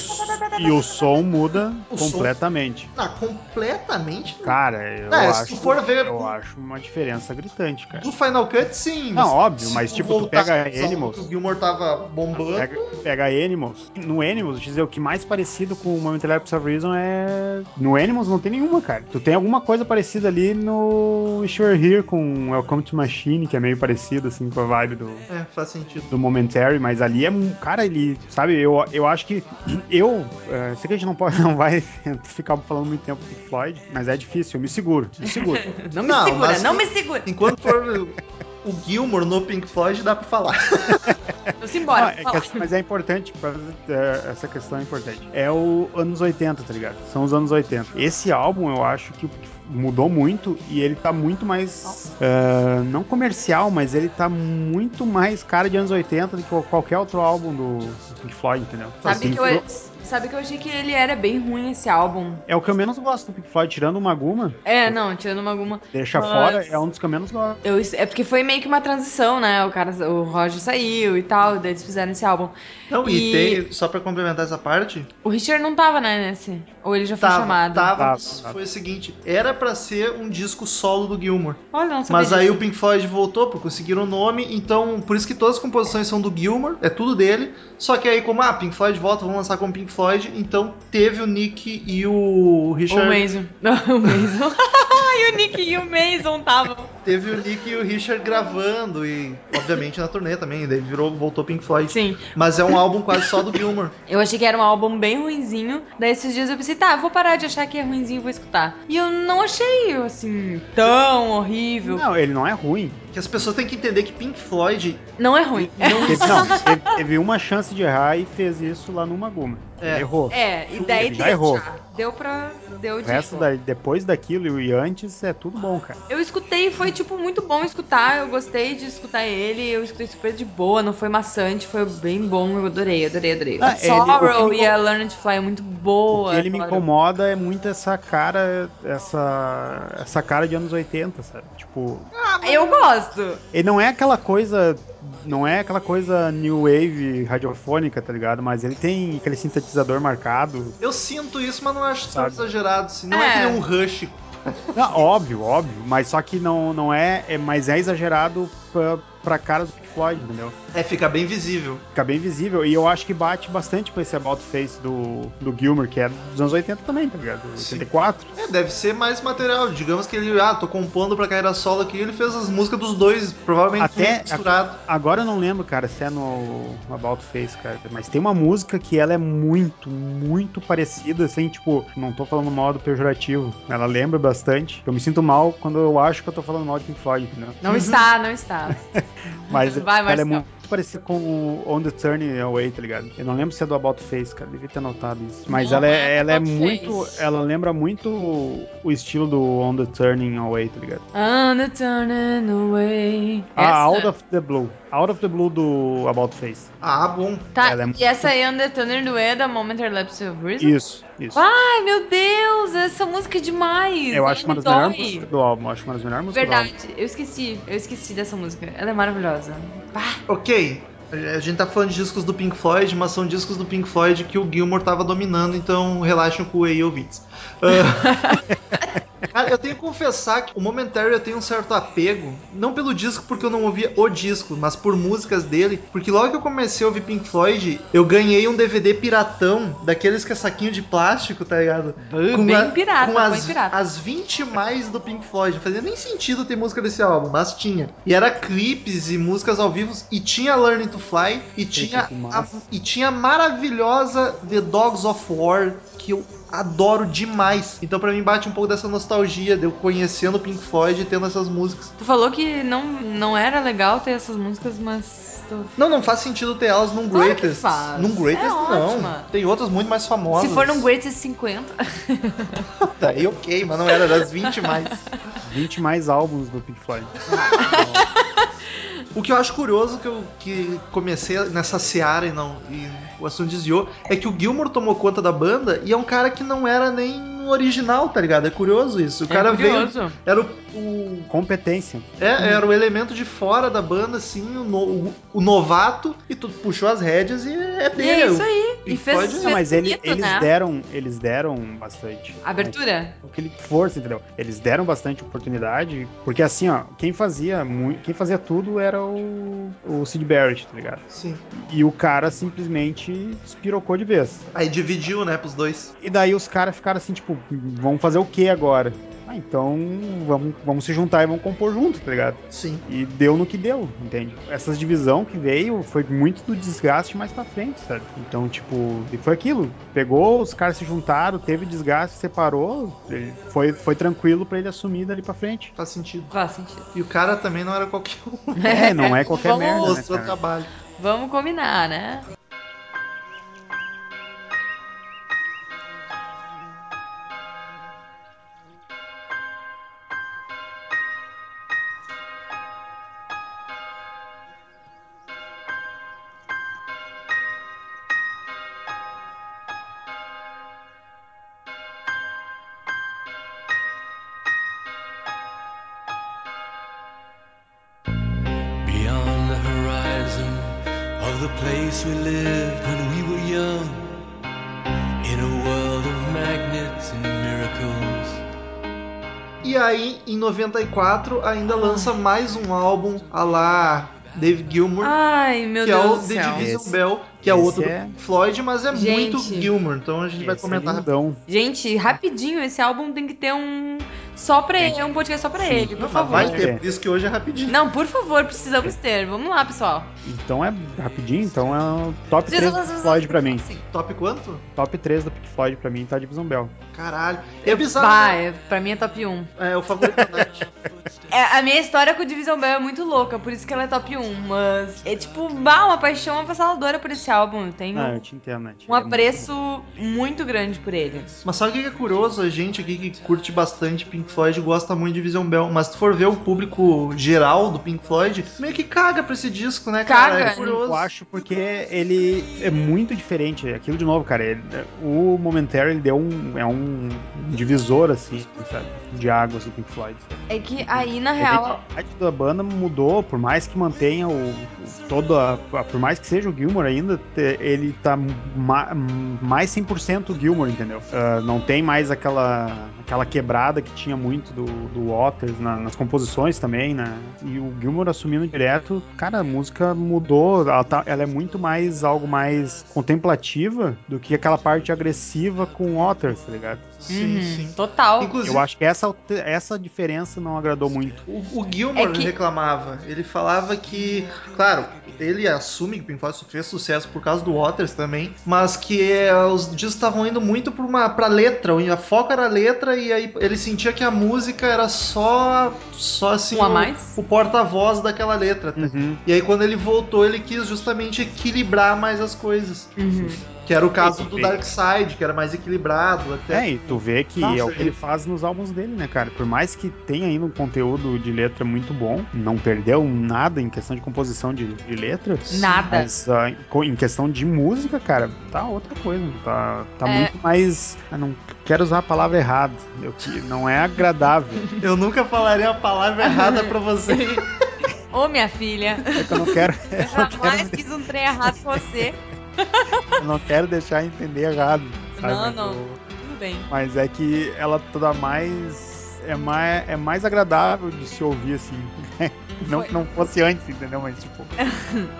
C: e o som muda
A: O som-
C: completamente.
A: Ah, completamente.
C: Cara, eu,
A: É, se
C: acho,
A: tu for ver-
C: eu acho uma diferença gritante, cara.
A: Do Final Cut, sim.
C: Não, óbvio,
A: se
C: mas
A: tu
C: tipo, tu
A: voltar
C: pega
A: aos álbuns
C: Animals,
A: que O Gilmore tava bombando.
C: Pega, pega Animals. No Animals, dizer o que mais parecido com o Momentary Lapse of Reason é. No Animals não tem nenhuma, cara. Tu tem alguma coisa parecida ali no Sure Here com Welcome to Machine, que é meio parecido, assim, com a vibe do,
A: É, faz sentido.
C: do Momentary, mas ali é um. Cara, ele. Sabe, eu, eu acho que. Eu. é, sei que a gente não, pode, não vai ficar falando muito tempo do Floyd, mas é difícil, eu me seguro, me seguro.
B: Não me
A: Não,
B: segura,
A: mas-
B: não me segura.
A: Enquanto for o Gilmore no Pink Floyd, dá pra falar.
B: Eu se embora.
C: Não, é que- mas é importante, pra- é, essa questão é importante. É o anos 80, tá ligado? São os anos 80. Esse álbum eu acho que mudou muito e ele tá muito mais. é, não comercial, mas ele tá muito mais cara de anos 80 do que qualquer outro álbum do Pink Floyd, entendeu?
B: Sabe
C: Assim,
B: que, eu, sabe que eu achei que ele era bem ruim esse álbum.
C: É o que eu menos gosto do Pink Floyd, tirando uma guma,
B: É, não, tirando uma alguma.
C: deixa
B: Mas-
C: fora, é um dos que eu menos gosto.
B: Eu- é porque foi meio que uma transição, né? O cara, o Roger saiu e tal, daí eles fizeram esse álbum.
A: Não, e,
B: E-
A: tem, só pra complementar essa parte,
B: O Richard não tava, né, nesse? Ou ele já foi
A: tava, tá.
B: chamado?
A: tava,
C: Tava,
A: mas
C: tava.
A: foi o seguinte, era pra ser um disco solo do Gilmore.
B: Olha, não sabia
A: Mas aí
B: disso.
A: o Pink Floyd voltou, porque conseguiram o nome, então por isso que todas as composições são do Gilmore, é tudo dele. Só que aí, como ah, Pink Floyd volta, vamos lançar como Pink Floyd, então teve o Nick e o
B: O
A: Richard.
B: mesmo. Não, o mesmo. e o Nick e o Mason estavam.
A: Teve o Nick e o Richard gravando e, obviamente, na turnê também. Daí virou, voltou Pink Floyd.
B: Sim.
A: Mas é um álbum quase só do Gilmore.
B: Eu achei que era um álbum bem ruinzinho. Daí esses dias eu pensei, tá, eu vou parar de achar que é ruinzinho e vou escutar. E eu não achei, assim, tão horrível. Não,
C: Não, ele não é ruim.
A: Que as pessoas têm que entender que Pink Floyd
B: é ruim.
A: não
C: Teve, não, teve, teve uma chance de errar e fez isso lá numa goma.
A: É.
C: Errou.
B: É, e daí
C: Ele já
B: deu,
C: errou.
B: já. deu pra. Deu
C: O resto,
B: de.
C: da- depois daquilo e antes, é tudo bom, cara.
B: Eu escutei, foi tipo muito bom escutar. Eu gostei de escutar ele, eu escutei super de boa, não foi maçante, foi bem bom, eu adorei, adorei, adorei.
C: Ah,
B: a
C: ele- o
B: Sorrow
C: que me
B: e a Learn to Fly é muito boa.
C: O que ele me
B: claro.
C: incomoda é muito essa cara, essa, essa cara de anos 80, sabe? Tipo,
B: Eu gosto.
C: ele não é aquela coisa, não é aquela coisa new wave radiofônica, tá ligado? Mas ele tem aquele sintetizador marcado.
A: Eu sinto isso, mas não acho tão
C: Sabe?
A: exagerado. Assim. Não é.
B: É.
A: que nem um rush.
C: Não, óbvio, óbvio, mas só que não, não é, é, mas é exagerado pra, pra cara do Pink Floyd, entendeu?
A: É, fica bem visível.
C: Fica bem visível e eu acho que bate bastante com esse about face do, do Gilmer, que é dos anos 80 também, tá ligado?
A: Sim.
C: 84.
A: É, deve ser mais material. Digamos que ele, ah, tô compondo pra carreira solo aqui. Ele fez as músicas dos dois, provavelmente
C: Até-
A: misturado.
C: Agora eu não lembro, cara, se é no About Face, cara, mas tem uma música que ela é muito, muito parecida, assim, tipo, não tô falando mal do pejorativo, ela lembra bastante. Eu me sinto mal quando eu acho que eu tô falando mal de Pink Floyd, entendeu?
B: Não está, não está.
C: Mas
B: Vai,
C: ela é
B: Marcelo.
C: muito parecida com o On the Turn Away, tá ligado? Eu não lembro se é do About Face, cara, devia ter notado isso. Mas
B: Não
C: ela
B: é
C: é,
B: do
C: ela é
B: About
C: muito,
B: Face.
C: ela lembra muito o o estilo do On the Turning Away, tá ligado?
B: I'm not turning away.
C: Ah,
B: Essa?
C: Out of the Blue. Out of the Blue do About Face.
A: Ah, bom.
B: Tá,
C: ela é
B: e essa aí, Under é Thunder do Eda, Momentary Lapse of Reason?
C: Isso, isso.
B: Ai, meu Deus, essa música é demais.
C: Eu
B: ela
C: acho uma
B: me
C: das melhores
B: dói.
C: músicas do álbum. eu Acho uma das melhores músicas do álbum.
B: Verdade, eu esqueci, eu esqueci dessa música. Ela é maravilhosa. Pá,
A: Ok. A gente tá falando de discos do Pink Floyd, mas são discos do Pink Floyd que o Gilmore tava dominando, então relaxam com o aí, ouvintes. Ah, Cara, eu tenho que confessar que o Momentary eu tenho um certo apego, não pelo disco, porque eu não ouvia o disco, mas por músicas dele, porque logo que eu comecei a ouvir Pink Floyd, eu ganhei um DVD piratão, daqueles que é saquinho de plástico, tá ligado?
B: bem
A: a-
B: pirata,
A: com
B: bem
A: as,
B: pirata.
A: as 20 mais do Pink Floyd. Não fazia nem sentido ter música desse álbum, mas tinha. E era clipes e músicas ao vivo. E tinha Learning to Fly. E tinha,
C: que
A: a,
C: massa.
A: e tinha a maravilhosa The Dogs of War, que eu adoro demais. Então pra mim bate um pouco dessa nostalgia de eu conhecendo o Pink Floyd e tendo essas músicas.
B: tu falou que não, não era legal ter essas músicas, mas. tu-
A: Não, não faz sentido ter elas num
B: Claro que
A: Greatest.
B: faz.
A: Num Greatest
B: É
A: não.
B: ótima.
A: Tem outras muito mais famosas.
B: Se for num é Greatest 50.
A: Daí ok, mas não era das 20 mais.
C: 20 mais álbuns do Pink Floyd.
A: O que eu acho curioso que eu que comecei nessa seara e não e o assunto desviou é que o Gilmore tomou conta da banda e é um cara que não era nem original, tá ligado? É curioso isso. O cara
B: é
A: veio
B: curioso.
A: era o, o-
C: Competência.
A: é, era o elemento de fora da banda assim, o, no- o- o novato e tu puxou as rédeas e é
B: E
A: dele.
B: é isso aí.
A: Pink
B: E fez.
A: Floyd,
C: Não, mas ele-
B: bonito,
C: eles
B: né?
C: deram, eles deram bastante.
B: Abertura?
C: Né? Aquele força, entendeu? Eles deram bastante oportunidade, porque assim, ó, quem fazia muito, quem fazia tudo era o, o Sid Barrett, tá ligado?
A: Sim.
C: E o cara simplesmente espirocou de vez.
A: Aí dividiu, né, pros dois.
C: E daí os caras ficaram assim, tipo, vamos fazer o que agora? Ah, então vamos, vamos se juntar e vamos compor junto, tá ligado?
A: Sim.
C: E deu no que deu, entende? Essas divisão que veio foi muito do desgaste mais pra frente, sabe? Então, tipo, e foi aquilo. Pegou, os caras se juntaram, teve desgaste, separou, ele- foi, foi tranquilo pra ele assumir dali pra frente.
A: Faz sentido.
B: Faz sentido.
A: E o cara também não era qualquer um.
C: É, não é qualquer
B: Vamos-
C: merda, né,
A: Mostrou o
C: cara?
A: trabalho.
B: Vamos combinar, né?
E: Beyond the horizon of the place we lived when we were young, in a world of magnets and miracles.
A: E aí, em 94,
B: Ah.
A: ainda lança mais um álbum a lá Dave Gilmour,
B: Ai, meu
A: que é o
B: Deus do
A: The
B: céu.
A: Division
C: Esse-
A: Bell, que é
C: esse
A: outro
C: é-
A: do Pink Floyd, mas é
B: Gente.
A: muito Gilmour, então a gente vai
C: Esse é
A: comentar.
C: lindão.
B: Gente, rapidinho, esse álbum tem que ter um Só pra ele, é um podcast só pra ele, por
A: Mas
B: favor.
A: Ah, Vai ter, por isso que hoje é rapidinho.
B: Não, por favor, precisamos ter. Vamos lá, pessoal.
C: Então é rapidinho, então é o top 3 do Pink Floyd pra mim.
B: Assim.
A: Top quanto?
C: Top 3 do Pink Floyd pra mim tá de Bell.
A: Caralho. É bizarro.
B: Bah,
A: né?
B: é, pra mim é top 1.
A: É, o favorito da Nath.
B: É, a minha história com o Division Bell é muito louca, por isso que ela é top 1. Mas é tipo, bah, uma paixão avassaladora por esse álbum. Eu tenho
C: Ah, eu te entendo, né?
B: um apreço muito grande por ele.
A: Mas sabe o que é curioso? A gente aqui que curte bastante Pink Floyd gosta muito de Vision Bell. Mas se tu for ver o público geral do Pink Floyd, meio que caga pra esse disco, né, cara?
B: Caga.
A: É curioso.
C: Eu acho porque ele é muito diferente. Aquilo de novo, cara. ele- o Momentary ele deu um. É um divisor, assim, sabe? De assim, águas do Pink Floid.
B: É que aí, na
C: A
B: real,
C: identidade da banda mudou, por mais que mantenha o. o- todo a- a- por mais que seja o Gilmore ainda, te- ele tá ma- mais 100% o Gilmore, entendeu? Ah, não tem mais aquela aquela quebrada que tinha muito do, do Waters na- nas composições também, né? E o Gilmore assumindo direto, cara, a música mudou, ela, tá- ela é muito mais algo mais contemplativa do que aquela parte agressiva com o Waters, tá ligado?
A: Sim,
B: uhum,
A: sim.
B: total.
A: Inclusive,
C: Eu acho que essa, essa diferença não agradou muito.
A: O, o Gilmore
B: É que-
A: reclamava. Ele falava que, claro, ele assume que o Pink Floyd fez sucesso por causa do Waters também, mas que eh, os discos estavam indo muito pra, uma, pra letra, o- a foca era a letra, e aí ele sentia que a música era só, só assim,
B: Um a
A: o-
B: mais? Hum.
A: o, porta-voz daquela letra. tá?
C: Uhum.
A: E aí quando ele voltou, ele quis justamente equilibrar mais as coisas.
B: Uhum.
A: Que era o caso do
C: Sim.
A: Dark Side, que era mais equilibrado até.
C: É, e tu vê que
A: Nossa,
C: é o que
A: ele-
C: ele faz nos álbuns dele, né, cara? Por mais que tenha ainda um conteúdo de letra muito bom, não perdeu nada em questão de composição de, de letra.
B: Nada.
C: Mas ah, em co- em questão de música, cara, tá outra coisa. Tá, tá
B: É.
C: muito mais. Eu não quero usar a palavra errada. Eu, que não é agradável.
A: Eu nunca falarei a palavra errada pra você.
B: Ô, minha filha,
C: É que eu não quero,
B: eu jamais quis um trem errado com você.
C: eu não quero deixar entender errado. sabe?
B: Não,
C: Mas
B: não.
C: eu-
B: Tudo bem.
C: Mas é que ela toda mais. É mais, é mais agradável de se ouvir assim. Não que não fosse antes, entendeu? Mas tipo.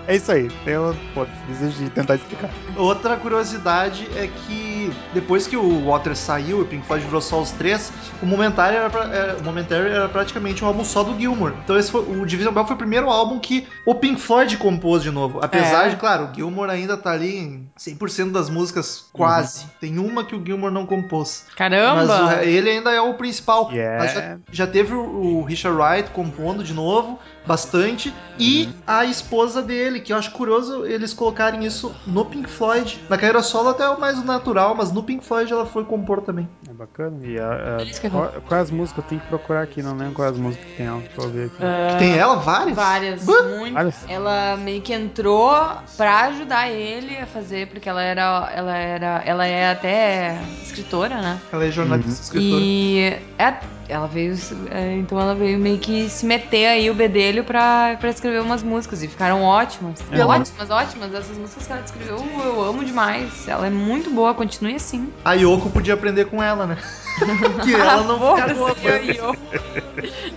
C: é isso aí. Eu pô, desejo de tentar explicar.
A: Outra curiosidade é que depois que o Waters saiu e o Pink Floyd virou só os três, o Momentary era, pra- era- o Momentary era praticamente um álbum só do Gilmour. Então esse foi, o Division Bell foi o primeiro álbum que o Pink Floyd compôs de novo. Apesar
B: É.
A: de, claro, o Gilmour ainda tá ali em 100% das músicas, quase. Tem uma que o Gilmour não compôs. Mas o
B: Caramba!
A: re- ele ainda é o principal.
C: E é-
A: Mas já, já teve o, o Richard Wright compondo de novo, bastante. E a esposa dele, que eu acho curioso eles colocarem isso no Pink Floyd. Na carreira solo até é o mais natural, mas no Pink Floyd ela foi compor também.
C: É bacana. E a,
B: Isso que é
C: a, qual, quais as músicas? Eu tenho que procurar aqui, não lembro quais as músicas que tem ela. Deixa eu ver aqui.
A: Que tem ela? É. Várias?
B: Várias,
A: Bah!
B: muito.
C: Olha,
B: Ela meio que entrou pra ajudar ele a fazer, porque ela era. Ela era. Ela é até escritora, né?
A: Ela é jornalista e escritora.
B: E é- ela veio. é, Então ela veio meio que se meter aí o bedelho pra, pra escrever umas músicas. E ficaram ótimas.
A: Uhum.
C: É, ela-
B: Ótimas, ótimas. Essas músicas que ela escreveu, eu amo demais. Ela é muito boa, continue assim.
A: A Yoko podia aprender com ela, né? que ela não fica boa. né?
B: Foda-se, eu- eu.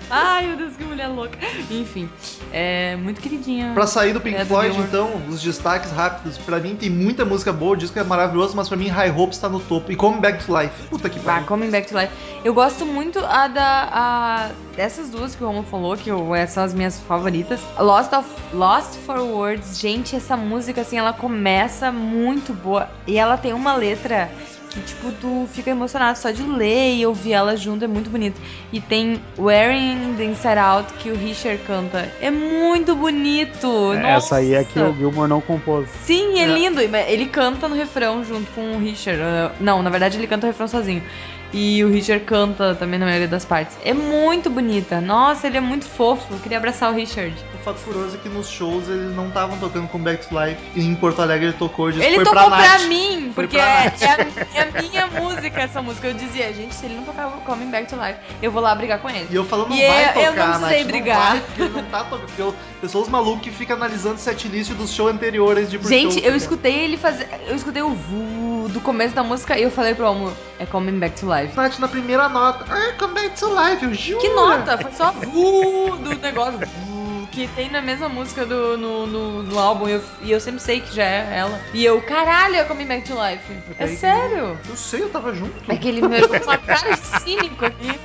B: Ai, meu Deus, que mulher louca. Enfim, é muito queridinha.
A: Pra sair do Pink
B: É, do
A: Floyd,
B: Gilmour.
A: então, os destaques rápidos. Pra mim tem muita música boa, o disco é maravilhoso, mas pra mim High Hopes tá no topo. E Come Back to Life. Puta que
B: Ah,
A: pariu.
B: Coming Back to Life. Eu gosto muito a da. A, dessas duas que o Romo falou, que eu- é, são as minhas favoritas. Lost, of, Lost for Words, gente, essa música, assim, ela começa muito boa. E ela tem uma letra que, tipo, tu fica emocionado só de ler e ouvir ela junto, é muito bonito. E tem Wearing the Inside Out, que o Richard canta. É muito bonito!
C: essa aí é que
B: nossa.
C: o Gilmore não compôs.
B: Sim, é,
A: É.
B: lindo. mas Ele canta no refrão junto com o Richard. Ah, Não, na verdade ele canta o refrão sozinho. E o Richard canta também na maioria das partes. É muito bonita. Nossa, ele é muito fofo. Eu queria abraçar o Richard.
A: O fato furioso é que nos shows eles não estavam tocando com Back to Life. E em Porto Alegre ele tocou, o disco
B: ele
A: foi
B: tocou
A: pra
B: pra,
A: Nath.
B: mim,
A: Foi
B: porque
A: pra
B: é, é a, é a minha música essa música. Eu dizia, gente, se ele não tocar o Coming Back to Life, eu vou lá brigar com ele.
A: E eu falando, não
B: E
A: vai
B: eu-
A: tocar,
B: eu não
A: Nath,
B: sei brigar.
A: vai, porque ele não tá tocando. Porque eu, eu sou os malucos que ficam analisando setlist dos shows anteriores de pro
B: Gente,
A: show,
B: eu
A: tá
B: escutei ele fazer. Eu escutei o vu do começo da música e eu falei pro Almo, é Coming Back to Life.
A: ligado? Nath na primeira nota. Ah, come back to life, eu juro.
B: Que nota? Foi só vu do negócio vu, que tem na mesma música do, no, no, no álbum e eu, e eu sempre sei que já é ela. E eu, caralho, eu comi Back to Life. É
A: Daí-
B: sério?
A: Eu sei, eu tava junto.
B: É que ele me olhou com uma cara de cínico aqui.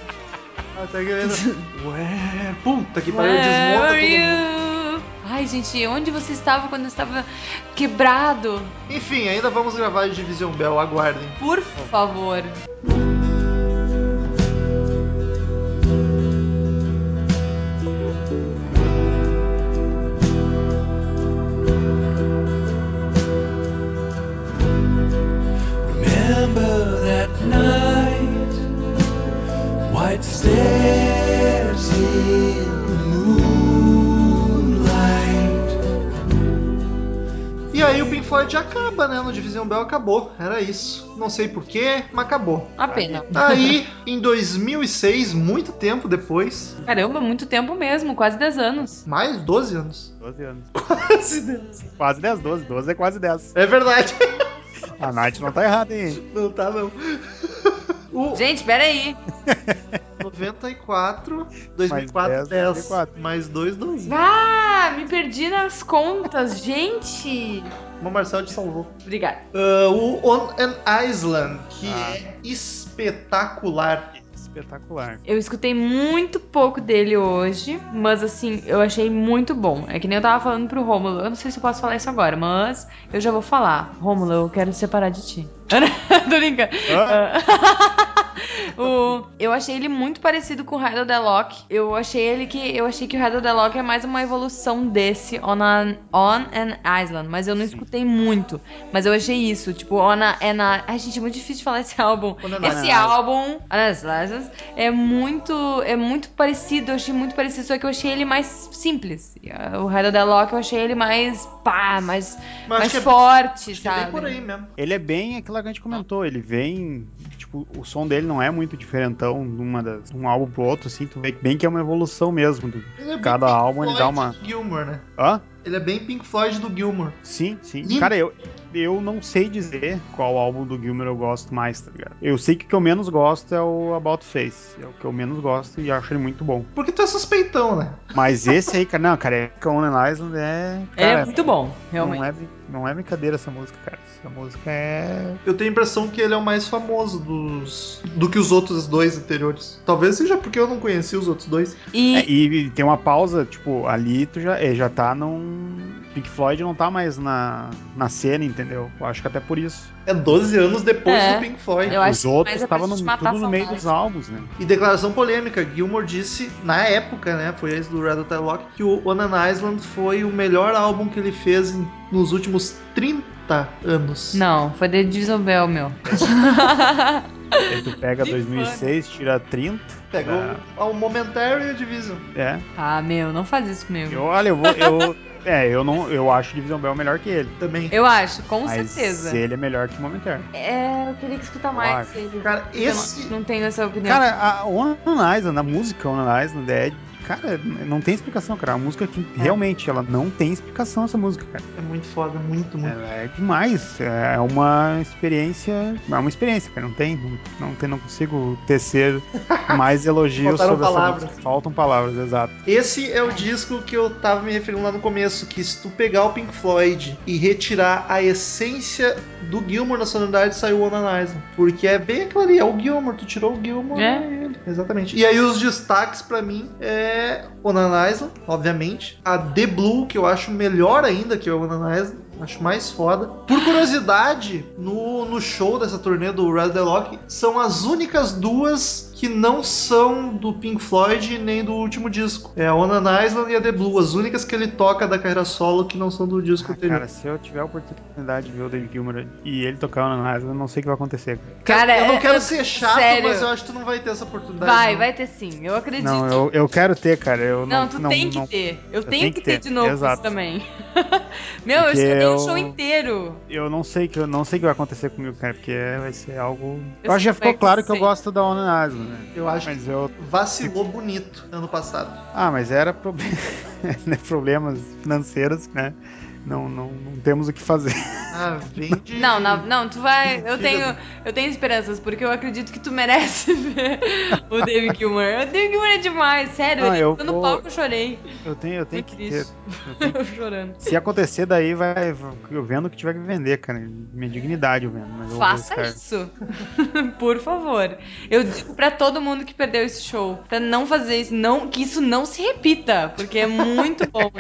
A: tá querendo. Ué, puta que pariu,
B: Where
A: desmonta
B: are
A: todo mundo.
B: you? Ai, gente, onde você estava quando eu estava quebrado?
A: Enfim, ainda vamos gravar de Division Bell, aguardem.
B: Por favor.
E: Remember that night, white stairs in the moonlight.
A: E aí o Pink Floyd acaba, né? No Division Bell acabou, era isso. Não sei porquê, mas acabou.
B: Uma pena.
A: Aí, em 2006, muito tempo depois,
B: Caramba, muito tempo mesmo, quase 10 anos.
A: mais 12 anos.
C: 12 anos.
A: Quase 10.
C: Quase 10, 12. 12 é quase 10.
A: É verdade.
C: A Nath não tá errada, hein?
A: Não tá, não. O
B: Gente, peraí.
A: 94, 2004, 10.
C: 10, 94.
A: Mais 2, 12.
B: Ah, me perdi nas contas, gente.
A: O Marcel te salvou.
B: Obrigada.
A: Ah, o On an Island, que
C: Ah.
A: é espetacular.
C: Espetacular.
B: Eu escutei muito pouco dele hoje, mas assim, eu achei muito bom. É que nem eu tava falando pro Rômulo, eu não sei se eu posso falar isso agora, mas eu já vou falar. Rômulo, eu quero separar de ti. Tô brincando.
C: Ah.
B: O- eu achei ele muito parecido com o Hydro The Lock. Eu achei ele que. Eu achei que o Hydro The Lock é mais uma evolução desse On an, on an Island. Mas eu não escutei muito. Mas eu achei isso. Tipo, On an, an Ai, gente, é muito difícil de falar esse álbum.
A: On an
B: Esse
C: Island.
B: álbum. On an Island, É muito. É muito parecido. Eu achei muito parecido. Só que eu achei ele mais simples. O Hydro The Lock eu achei ele mais. pá, mais,
A: Mas
B: mais
A: acho que é-
B: forte,
A: Acho que é
B: sabe?
A: bem por aí mesmo.
C: Ele é bem aquilo que a gente comentou, ele vem, tipo, o som dele não é muito diferentão de uma das- de um álbum pro outro, assim, tu vê que bem que é uma evolução mesmo. do-
A: Ele é bem
C: Cada
A: Pink
C: álbum ele dá
A: Floyd
C: uma-
A: do Gilmour, né?
C: Hã?
A: Ele é bem Pink Floyd do Gilmour.
C: Sim, sim.
A: Lindo.
C: Cara, eu, eu não sei dizer qual álbum do Gilmer eu gosto mais, tá ligado? Eu sei que o que eu menos gosto é o About Face, é o que eu menos gosto e acho ele muito bom.
A: Porque tu é suspeitão, né?
C: Mas esse aí, cara, não, cara, é On an Island é...
B: Ele
C: Cara,
B: é muito bom, realmente.
C: Não é, brin- não é brincadeira essa música, cara. Essa música é...
A: Eu tenho a impressão que ele é o mais famoso dos do que os outros dois anteriores. Talvez seja porque eu não conheci os outros dois.
B: E,
C: É, e tem uma pausa, tipo, ali tu já, é, já tá num. Pink Floyd não tá mais na, na cena, entendeu? Eu acho que até por isso.
A: É 12 anos depois
B: É.
A: do Pink Floyd.
B: Eu acho
C: Os
B: que
C: outros
B: mais é pra
C: estavam no-
B: gente matar
C: tudo
B: a
C: no meio
B: saudade.
C: dos álbuns, né?
A: E declaração polêmica, Gilmore disse, na época, né, foi ex do Red Hot Chili Lock, que o On an Island foi o melhor álbum que ele fez em- nos últimos 30 anos.
B: Não, foi The Division Bell, meu.
C: Aí tu pega
B: Que
C: 2006, tira 30.
A: Pegou o Momentary Division.
C: É.
B: ah, meu, não faz isso comigo.
C: Eu,
B: Eu,
C: olha, eu vou. Eu, é, eu não. Eu acho Division Bell melhor que ele.
A: Também.
B: acho, com
C: mas
B: certeza.
C: ele é melhor que Momentary.
B: É, eu queria que escutar mais
C: acho.
B: ele.
A: Cara,
B: Eu
A: esse...
B: Não, não tenho essa opinião.
C: Cara, a On an Island, a música On an Island é. Cara, não tem explicação, cara. A música que
B: É.
C: realmente ela não tem explicação essa música, cara.
A: É muito foda, muito, muito.
C: Ela é demais. É uma experiência. É uma experiência, cara. Não tem. Não, não tem, não consigo tecer mais elogios
A: Faltaram
C: sobre
A: palavras.
C: essa música. Faltam palavras, exato.
A: Esse é o disco que eu tava me referindo lá no começo, que se tu pegar o Pink Floyd e retirar a essência do Gilmour na sonoridade, saiu o Ananise. Porque é bem aquilo ali, é o Gilmour, tu tirou o Gilmour.
B: É.
A: né? Exatamente. E aí os destaques pra mim é Onanise, obviamente. A The Blue, que eu acho melhor ainda que o Onanise. Acho mais foda. Por curiosidade, no, no show dessa turnê do Red The Lock, são as únicas duas que não são do Pink Floyd nem do último disco. É a On an Island e a The Blue, as únicas que ele toca da carreira solo que não são do disco
C: Ah,
A: anterior.
C: cara, se eu tiver a oportunidade de ver o David Gilmour e ele tocar On an Island, eu não sei o que vai acontecer. cara.
B: Cara,
A: eu não
B: é-
A: quero
B: é-
A: ser chato,
B: sério.
A: mas eu acho que tu não vai ter essa oportunidade.
B: Vai,
A: não.
B: vai ter sim, eu acredito.
C: Não, eu, eu quero ter, cara. Eu não,
B: Não, tu tem que
C: não-
B: ter. Eu, tenho que ter, de novo isso
C: exato.
B: também. meu, eu
C: Porque
B: escutei o
C: eu-
B: show inteiro.
C: Eu não sei que eu não sei o que vai acontecer comigo, cara, porque é- vai ser algo.
B: Eu
C: Eu,
B: sei
C: acho que já
B: que vai
C: ficou claro que eu
B: acontecer.
C: gosto da On an Island, né?
A: Eu acho que
C: Mas eu
A: vacilou bonito ano passado.
C: Ah, mas era proble- né, problemas financeiros, né? não, não, não temos o que fazer.
A: Ah, vem de...
B: Não, não, não, tu vai.
A: Filha
B: Eu tenho, eu tenho esperanças, porque eu acredito que tu merece ver o David Gilmour. O David Gilmour é demais, sério.
C: Ah,
B: ele
C: eu
B: entrou no
C: vou-
B: palco eu chorei.
C: Eu tenho, eu tenho
B: Muito
C: que ter.
B: triste.
C: eu tenho-
B: Eu chorando.
C: Se acontecer, daí vai. Eu vendo o que tiver que vender, cara. Minha dignidade eu vendo. Mas eu
B: Faça
C: cara.
B: isso. Por favor. Eu digo pra todo mundo que perdeu esse show, pra não fazer isso, não, que isso não se repita, porque é muito bom.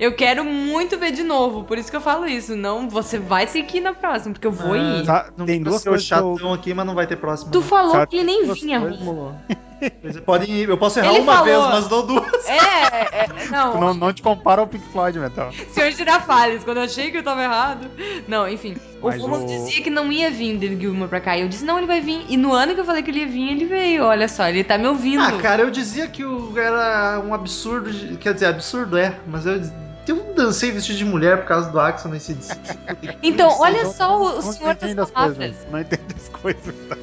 B: eu quero muito ver de novo, por isso que eu falo isso. Não, você vai ter que ir na próxima, porque eu vou
A: Ah,
B: ir.
C: Sa-
A: Não
C: Tá, Tem
A: fica
C: duas
A: seu
C: coisas que eu.
A: chatão aqui, mas não vai ter próximo.
B: Tu
A: não.
B: falou
C: sabe,
B: que ele nem
C: Tá duas
B: vinha,
C: coisas-
B: Rômulo.
A: Vocês podem ir- eu posso errar
B: Ele
A: uma
B: falou.
A: vez, mas não duas.
B: É, é,
C: Tu
B: não.
C: Não, não te compara ao Pink Floyd, Metal.
B: Senhor Girafales, quando eu achei que eu tava errado. Não, enfim. O
C: Mas
B: Romulo
C: o-
B: dizia que não ia vir David Gilmour pra cá. E eu disse, não, ele vai vir. E no ano que eu falei que ele ia vir, ele veio. Olha só, ele tá me ouvindo.
A: Ah, cara, eu dizia que o, era um absurdo. de- Quer dizer, absurdo é, mas eu, eu dancei vestido de mulher por causa do Axon nesse disco.
B: então,
C: Não sei,
B: olha
C: não-
B: só o, o
C: não
B: senhor
C: entende
B: das
C: as coisas,
B: palavras.
C: Não entende as coisas. tá?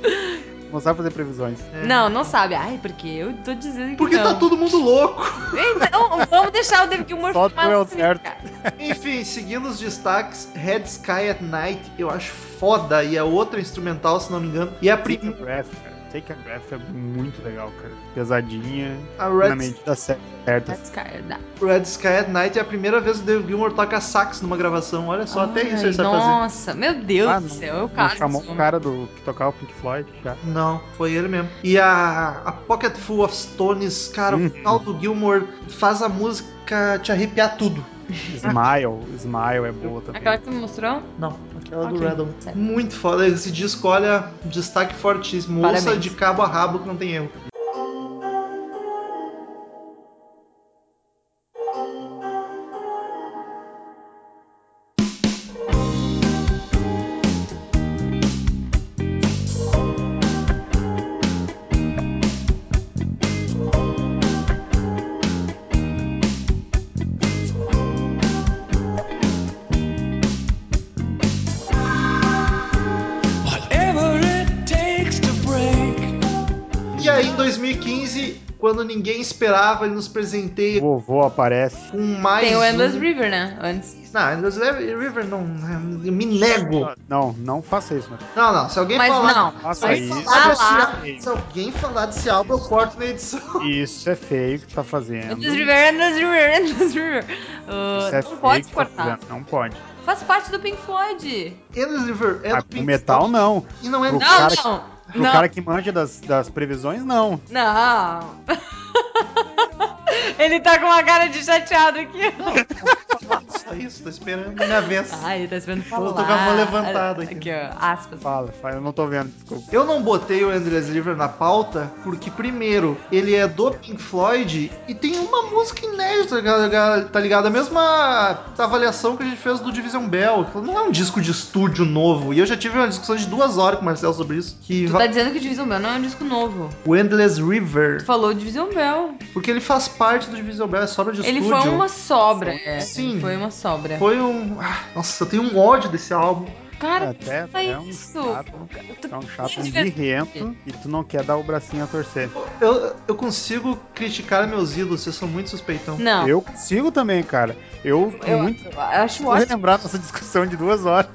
C: Não sabe fazer previsões.
A: É.
B: Não, não sabe. Ai, porque eu tô dizendo que
A: Porque
B: não.
A: tá todo mundo louco.
B: Então, vamos deixar o David Gilmour
C: Só
B: ficar
C: tu é o
B: lá,
C: certo.
B: cara.
A: Enfim, seguindo os destaques, Red Sky at Night, eu acho foda. E é outra instrumental, se não me engano. E é a
C: Take a
A: primeira.
C: Breath, cara. Take a Breath é muito legal, cara. Pesadinha,
A: A
C: na
A: Red,
C: medida certa.
B: That's kind of-
A: Red Sky at Night é a primeira vez que o David Gilmour toca sax numa gravação. Olha só, até isso
B: Ai,
A: ele sabe fazer.
B: Nossa, meu Deus
C: Ah,
B: É do
C: não-
B: céu. Eu
C: não
B: caso
C: chamou
B: esse
C: o
B: homem.
C: cara do que tocava o Pink Floyd já.
A: Não, foi ele mesmo. E a, a Pocket Full of Stones, cara,
C: Uhum.
A: o final do Gilmore faz a música te arrepiar tudo.
C: Smile, Smile é boa também.
B: Aquela que tu me mostrou?
A: Não, aquela do
B: Ok,
A: Rattle.
B: certo.
A: Muito foda. Esse disco, olha, destaque fortíssimo. Ouça
B: Parabéns.
A: de cabo a rabo que não tem erro.
E: Whatever it takes to break.
A: E aí, em 2015, quando ninguém esperava, ele nos presenteia
C: Vovô aparece.
A: com mais.
B: Tem o Endless
A: um...
B: River, né? Antes.
A: Não, Endless River não. né? Eu me nego.
C: Não, não faça isso, mano.
A: Não, não. Se alguém
B: Mas
A: falar.
B: não.
A: Se
C: Faça
A: alguém,
C: isso. é
A: falar desse,
B: Ah lá.
A: álbum- se alguém falar desse álbum, eu corto na edição.
C: Isso é feio que tu tá fazendo.
B: Endless River, Endless River, Endless River. Ah,
C: Isso é
B: é não
C: feio
B: pode
C: que tu tá
B: cortar.
C: fazendo, Não pode.
B: Faz parte do Pink Floyd.
A: Endless River é
C: Ah,
A: do
C: pro
A: Pink
C: metal, não.
A: E não é
C: Pro
A: não.
B: Não,
C: cara
B: não.
C: Pro
B: não,
C: cara que manja das, das previsões, não.
B: não. Ele tá com uma cara de chateado aqui.
A: Só isso, tô esperando minha vez.
B: Ah, ele tá esperando falar.
A: Eu tô com a mão levantada aqui.
B: Aqui, ó, aspas.
C: Fala, fala, eu não tô vendo, desculpa.
A: Eu não botei o Endless River na pauta porque, primeiro, ele é do Pink Floyd e tem uma música inédita, ga- ga- tá ligado? A mesma avaliação que a gente fez do Division Bell. Não é um disco de estúdio novo. E eu já tive uma discussão de duas horas com o Marcel sobre isso. Que
B: Tu
A: va-
B: tá dizendo que o Division Bell não é um disco novo.
A: o Endless
B: Tu
A: River,
B: falou Division Bell.
A: porque ele faz parte do Division Bell, é sobra de
B: Ele
A: estúdio.
B: foi uma sobra. É,
A: Sim.
B: Foi uma sobra.
A: Foi um. Ah, Nossa, eu tenho um ódio desse álbum.
B: Cara,
C: Até,
A: É,
B: não faz
C: até um
B: isso.
C: chato.
B: Tu-
C: É um chato
B: Nem
C: um
B: devia-
C: birrento e tu não quer dar o bracinho a torcer.
A: Eu, eu consigo criticar meus ídolos, vocês são muito suspeitão.
B: Não.
C: Eu consigo também, cara. Eu, tô
B: Eu-
C: muito.
B: eu acho
C: Vou
B: ótimo.
C: relembrar nossa discussão de duas horas.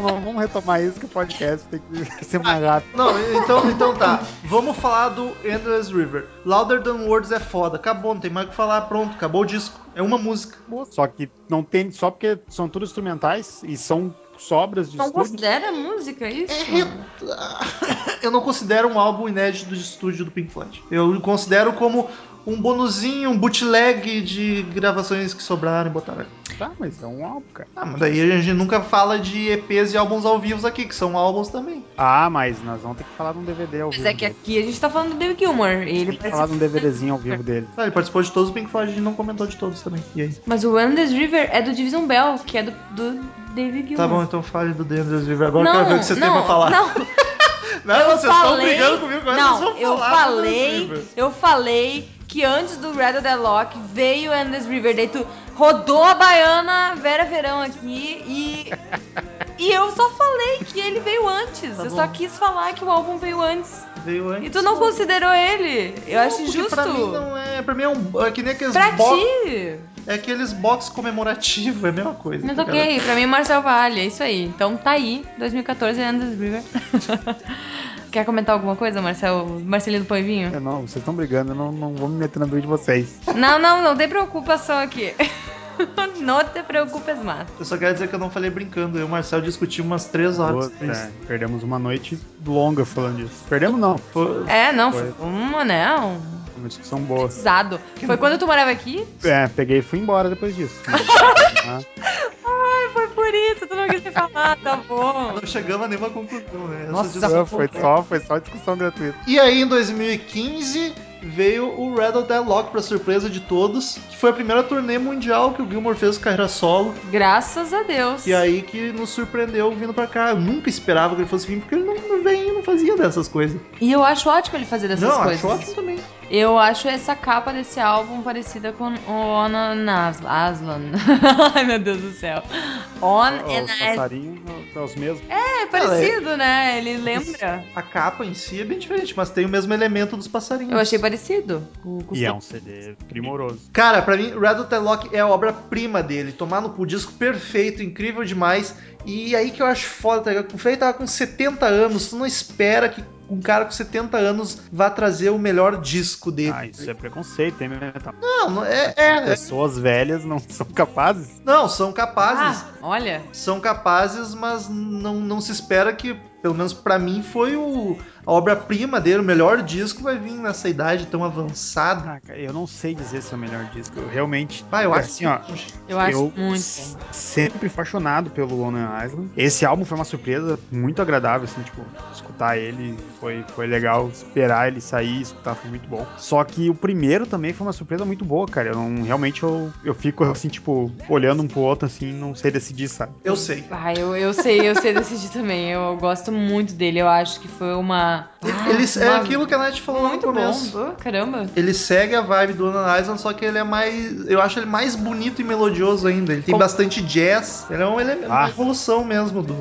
C: Vamos- Vamos retomar isso que o podcast tem que ser
B: Tá.
C: mais rápido.
A: Não, então, então tá. Vamos falar do Endless River. Louder Than Words é foda. Acabou, não tem mais o que falar. Pronto, acabou o disco. É uma música.
C: Só que não tem. Só porque são tudo instrumentais e são sobras de
B: Não
C: estúdio.
B: considera música isso?
A: Eu não considero um álbum inédito de estúdio do Pink Floyd. Eu considero como um bonuzinho, um bootleg de gravações que sobraram e botaram aqui.
C: Tá, mas é um álbum, cara.
A: Ah, mas daí a gente nunca fala de EPs e álbuns ao vivo aqui, que são álbuns também.
C: Ah, mas nós vamos ter que falar de um DVD ao
B: Mas
C: vivo.
B: é que
C: dele.
B: aqui a gente tá falando do David Gilmour. Ele
C: Tem que falar de um DVDzinho ao vivo dele.
A: Ah, ele participou de todos os Pink Floyd e não comentou de todos também. E aí?
B: Mas o Endless River é do Division Bell, que é do, do David
A: Tá
B: Gilmour.
A: bom, então fale do The Endless River. Agora eu quero ver o que vocês têm
B: não,
A: pra falar.
B: Não,
A: Não,
B: eu
A: vocês estão
B: falei-
A: brigando comigo agora,
B: não,
A: vocês vão
B: eu
A: falar do
B: falei,
A: Endless River.
B: eu falei que antes do Red Dead Lock veio o Endless River, daí tu rodou a baiana Vera Verão aqui e e eu só falei que ele veio antes.
A: Tá
B: eu
A: bom.
B: só quis falar que o álbum veio antes.
A: Veio antes.
B: E tu não considerou ele. Eu acho
A: porque
B: injusto.
A: Pra mim não é. Pra mim é um. É que nem aqueles
B: Pra
A: bo-
B: ti.
A: É aqueles box comemorativo, é a mesma coisa.
B: Mas
A: tá ligado?
B: ok, pra mim Marcel Vale, é isso aí. Então tá aí, 2014 Anders River. Quer comentar alguma coisa, Marcel? Marcelino Panvinho?
C: Eu não, vocês estão brigando, eu não, não vou me meter na briga de vocês.
B: Não, não, não tem preocupação aqui. não te preocupes mais.
A: Eu só quero dizer que eu não falei brincando. Eu e o Marcel discutimos umas três horas.
C: Puta, é, perdemos uma noite longa falando disso. Perdemos não, foi
B: É, não,
C: Foi.
B: foi uma, né? Um
C: uma discussão boa.
B: pisado. Foi quando tu morava aqui?
C: É, peguei e fui embora depois disso. Ah,
B: Ai, É, foi por isso, tu não quis me falar, tá bom.
A: Não chegamos a nenhuma conclusão, né? Essas
B: Nossa,
A: discussões-
C: foi, só, foi só discussão gratuita.
A: E aí, em 2015, veio o Red or Dead Lock, pra surpresa de todos, que foi a primeira turnê mundial que o Gilmore fez carreira solo.
B: Graças a Deus.
A: E aí que nos surpreendeu vindo pra cá. Eu nunca esperava que ele fosse vir, porque ele não, não vem e não fazia dessas coisas.
B: E eu acho ótimo ele fazer dessas
A: não,
B: coisas.
A: acho ótimo também.
B: Eu acho essa capa desse álbum parecida com o Onan Aslan. Ai, meu Deus do céu. On and
C: Os passarinhos são os mesmos.
B: É parecido, né? Ele lembra.
A: A capa em si é bem diferente, mas tem o mesmo elemento dos passarinhos.
B: Eu achei parecido. O
C: E é um
B: costume.
C: CD primoroso.
A: Cara, pra mim, Red Hotel Lock é a obra-prima dele. Tomar no cu, disco perfeito, incrível demais. E aí que eu acho foda, tá ligado? O Frei tava com 70 anos, tu não espera que um cara com 70 anos vá trazer o melhor disco dele.
C: Ah, isso é preconceito, hein, Metal?
A: Não, não- é, é- é-
C: Pessoas velhas não são capazes.
A: Não, são capazes.
B: Ah, olha.
A: São capazes, mas não, não se espera que, pelo menos pra mim, foi o, a obra-prima dele. O melhor disco vai vir nessa idade tão avançada.
C: Caraca, eu não sei dizer se é o melhor disco. Eu realmente.
A: Vai, Ah, eu acho
C: assim, ó.
A: que-
B: Eu acho
C: eu
B: muito.
C: s- sempre apaixonado pelo Lonely Island. Esse álbum foi uma surpresa muito agradável, assim, tipo, escutar ele foi, foi legal, esperar ele sair, escutar foi muito bom. Só que o primeiro também foi uma surpresa muito boa, cara. Eu não, realmente eu, eu fico, assim, tipo, olhando um pro outro, assim, não sei decidir, sabe?
A: Eu sei.
B: Ah, eu, eu sei, eu sei decidir também. Eu gosto muito dele. Eu acho que foi uma. Ah,
A: Ele, é
B: uma-
A: aquilo que a Nath falou
B: muito
A: no começo.
B: bom. Oh, caramba.
A: Ele segue a vibe do Ana Island, só que ele é mais. Eu acho ele mais bonito e melodioso ainda. Ele tem
B: Com-
A: bastante jazz. Ele é um elemento,
C: Ah.
A: uma evolução mesmo do.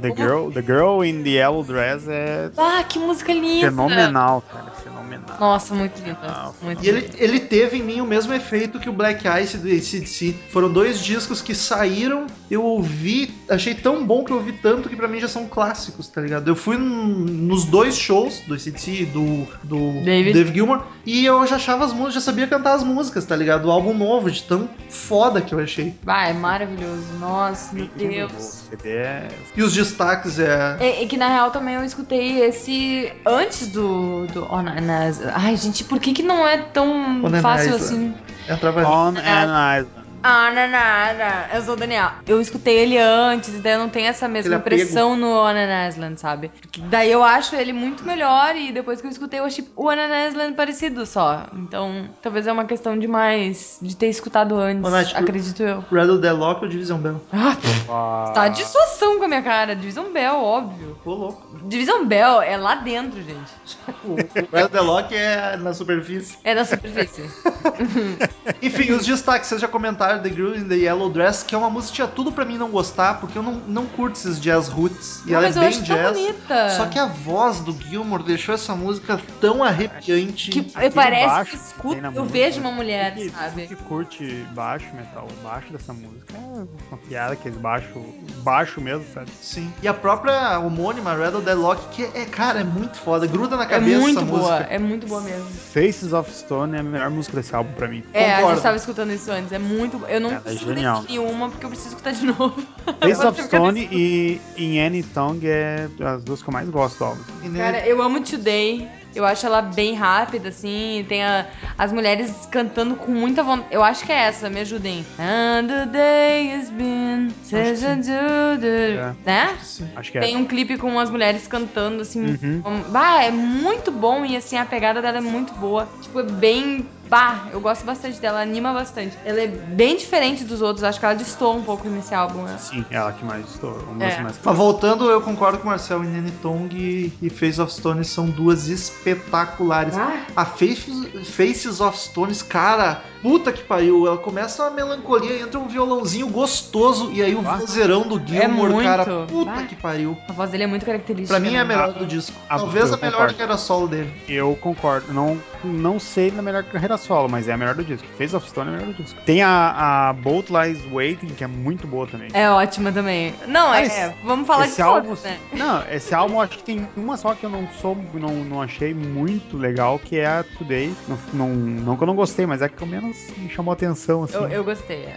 C: The Girl, the girl in the Yellow Dress é
B: Ah, que música linda.
C: fenomenal, cara, fenomenal.
B: Nossa, muito linda.
C: Ah,
B: Muito
A: E ele,
B: linda.
A: ele teve em mim o mesmo efeito que o Black Ice do ACDC. Foram dois discos que saíram, eu ouvi, achei tão bom que eu ouvi tanto que pra mim já são clássicos, tá ligado? Eu fui num- nos dois shows do ACDC e do, do
B: David.
A: Gilmour e eu já achava as músicas, já sabia cantar as músicas, tá ligado? O álbum novo, de tão foda que eu achei.
B: Vai, Ah, é maravilhoso. Nossa, meu
C: O
B: Deus.
C: CD é
A: E os destaques é.
B: É, é que na real também eu escutei esse antes do. do oh, na- nas- ai, gente, por que, que não é tão
A: Oh, na-
B: fácil
A: nas-
B: assim?
A: Entrava
C: On
B: É,
C: an Island.
B: Ah, na- na- na. Eu sou o Daniel. Eu escutei ele antes, e daí eu não tenho essa mesma
A: Aquele apego.
B: impressão no Onan Island, sabe? Porque daí eu acho ele muito melhor e depois que eu escutei eu achei o Onan Island parecido só. Então talvez é uma questão de mais. de ter escutado antes,
A: Ô, Nath,
B: acredito eu.
A: Red or Dead Lock ou Division Bell?
B: Ah, pff, tá de suação com a minha cara. Division Bell, óbvio.
A: Ô, louco.
B: Division Bell é lá dentro, gente.
A: O Red or Dead Lock é na superfície.
B: É da superfície.
A: Enfim, os destaques. Vocês já comentaram The Girl in the Yellow Dress, que é uma música que tinha tudo pra mim não gostar, porque eu não, não curto esses jazz roots. E
B: Não,
A: ela é
B: mas eu
A: bem
B: acho tão
A: jazz.
B: bonita.
A: Só que a voz do Gilmore deixou essa música tão arrepiante.
B: Que
C: Aquele
B: parece
C: baixo
B: que
C: que
B: escuta,
C: tem na
B: eu
C: música.
B: vejo uma mulher,
C: que,
B: é, sabe?
C: que curte baixo, metal, baixo dessa música é uma piada, aqueles baixo, baixo mesmo, sabe?
A: Sim. E a própria homônima, Red or Dead Lock, que é, cara, é muito foda. Gruda na
B: É
A: cabeça
B: muito
A: essa
B: boa,
A: música.
B: é muito boa mesmo.
C: Faces of Stone é a melhor música desse álbum pra mim.
B: É, a
A: Concordo.
B: gente tava escutando isso antes, é muito boa. Eu não
C: Ela é
B: escutei
C: genial.
B: nenhuma porque eu preciso escutar de novo.
C: Faces
B: Ela
C: of
B: fica
C: Stone e In Any Tongue é as duas que eu mais gosto do álbum.
A: E nem-
B: Cara, eu amo Today. Eu acho ela bem rápida, assim. Tem a- as mulheres cantando com muita vontade. Eu acho que é essa, me ajudem. And the day has been. Seja
C: É.
B: Né?
A: Sim.
C: Acho que é.
B: Tem um clipe com as mulheres cantando, assim.
C: Uhum.
B: um- Bah, é muito bom e, assim, a pegada dela é muito boa. Tipo, é bem. Bah, eu gosto bastante dela, anima bastante. Ela é bem diferente dos outros, acho que ela destoa um pouco nesse álbum. né?
C: Sim, ela que mais estourou. Uma
B: É.
C: das mais-
A: Mas voltando, eu concordo com o Marcel. Nene Tong e, e Face of Stone são duas espetaculares. A Faces, Faces of Stones, cara, puta que pariu. Ela começa uma melancolia, entra um violãozinho gostoso e aí o
C: Ah.
A: vozeirão do Gilmore,
B: muito.
A: cara. Puta
B: Ah.
A: que pariu.
B: A voz dele é muito característica.
A: Pra mim é a
B: né?
A: melhor do disco.
C: Ah,
A: Talvez
C: eu
A: a melhor
C: concordo.
A: que era solo dele.
C: Eu concordo. Não, não sei na melhor carreira solo, mas é a melhor do disco. Face of Stone é a melhor do disco. Tem a, a Boat Lies Waiting, que é muito boa também.
B: É ótima também. Não,
C: Ah,
B: é,
C: esse-
B: é, Vamos falar de
C: esse álbum,
B: todos, né?
C: Não, esse álbum eu acho que tem uma só que eu não sou, não, não achei muito legal, que é a Today. Não, não, não que eu não gostei, mas é que ao menos me chamou atenção, assim.
B: Eu, eu gostei. é.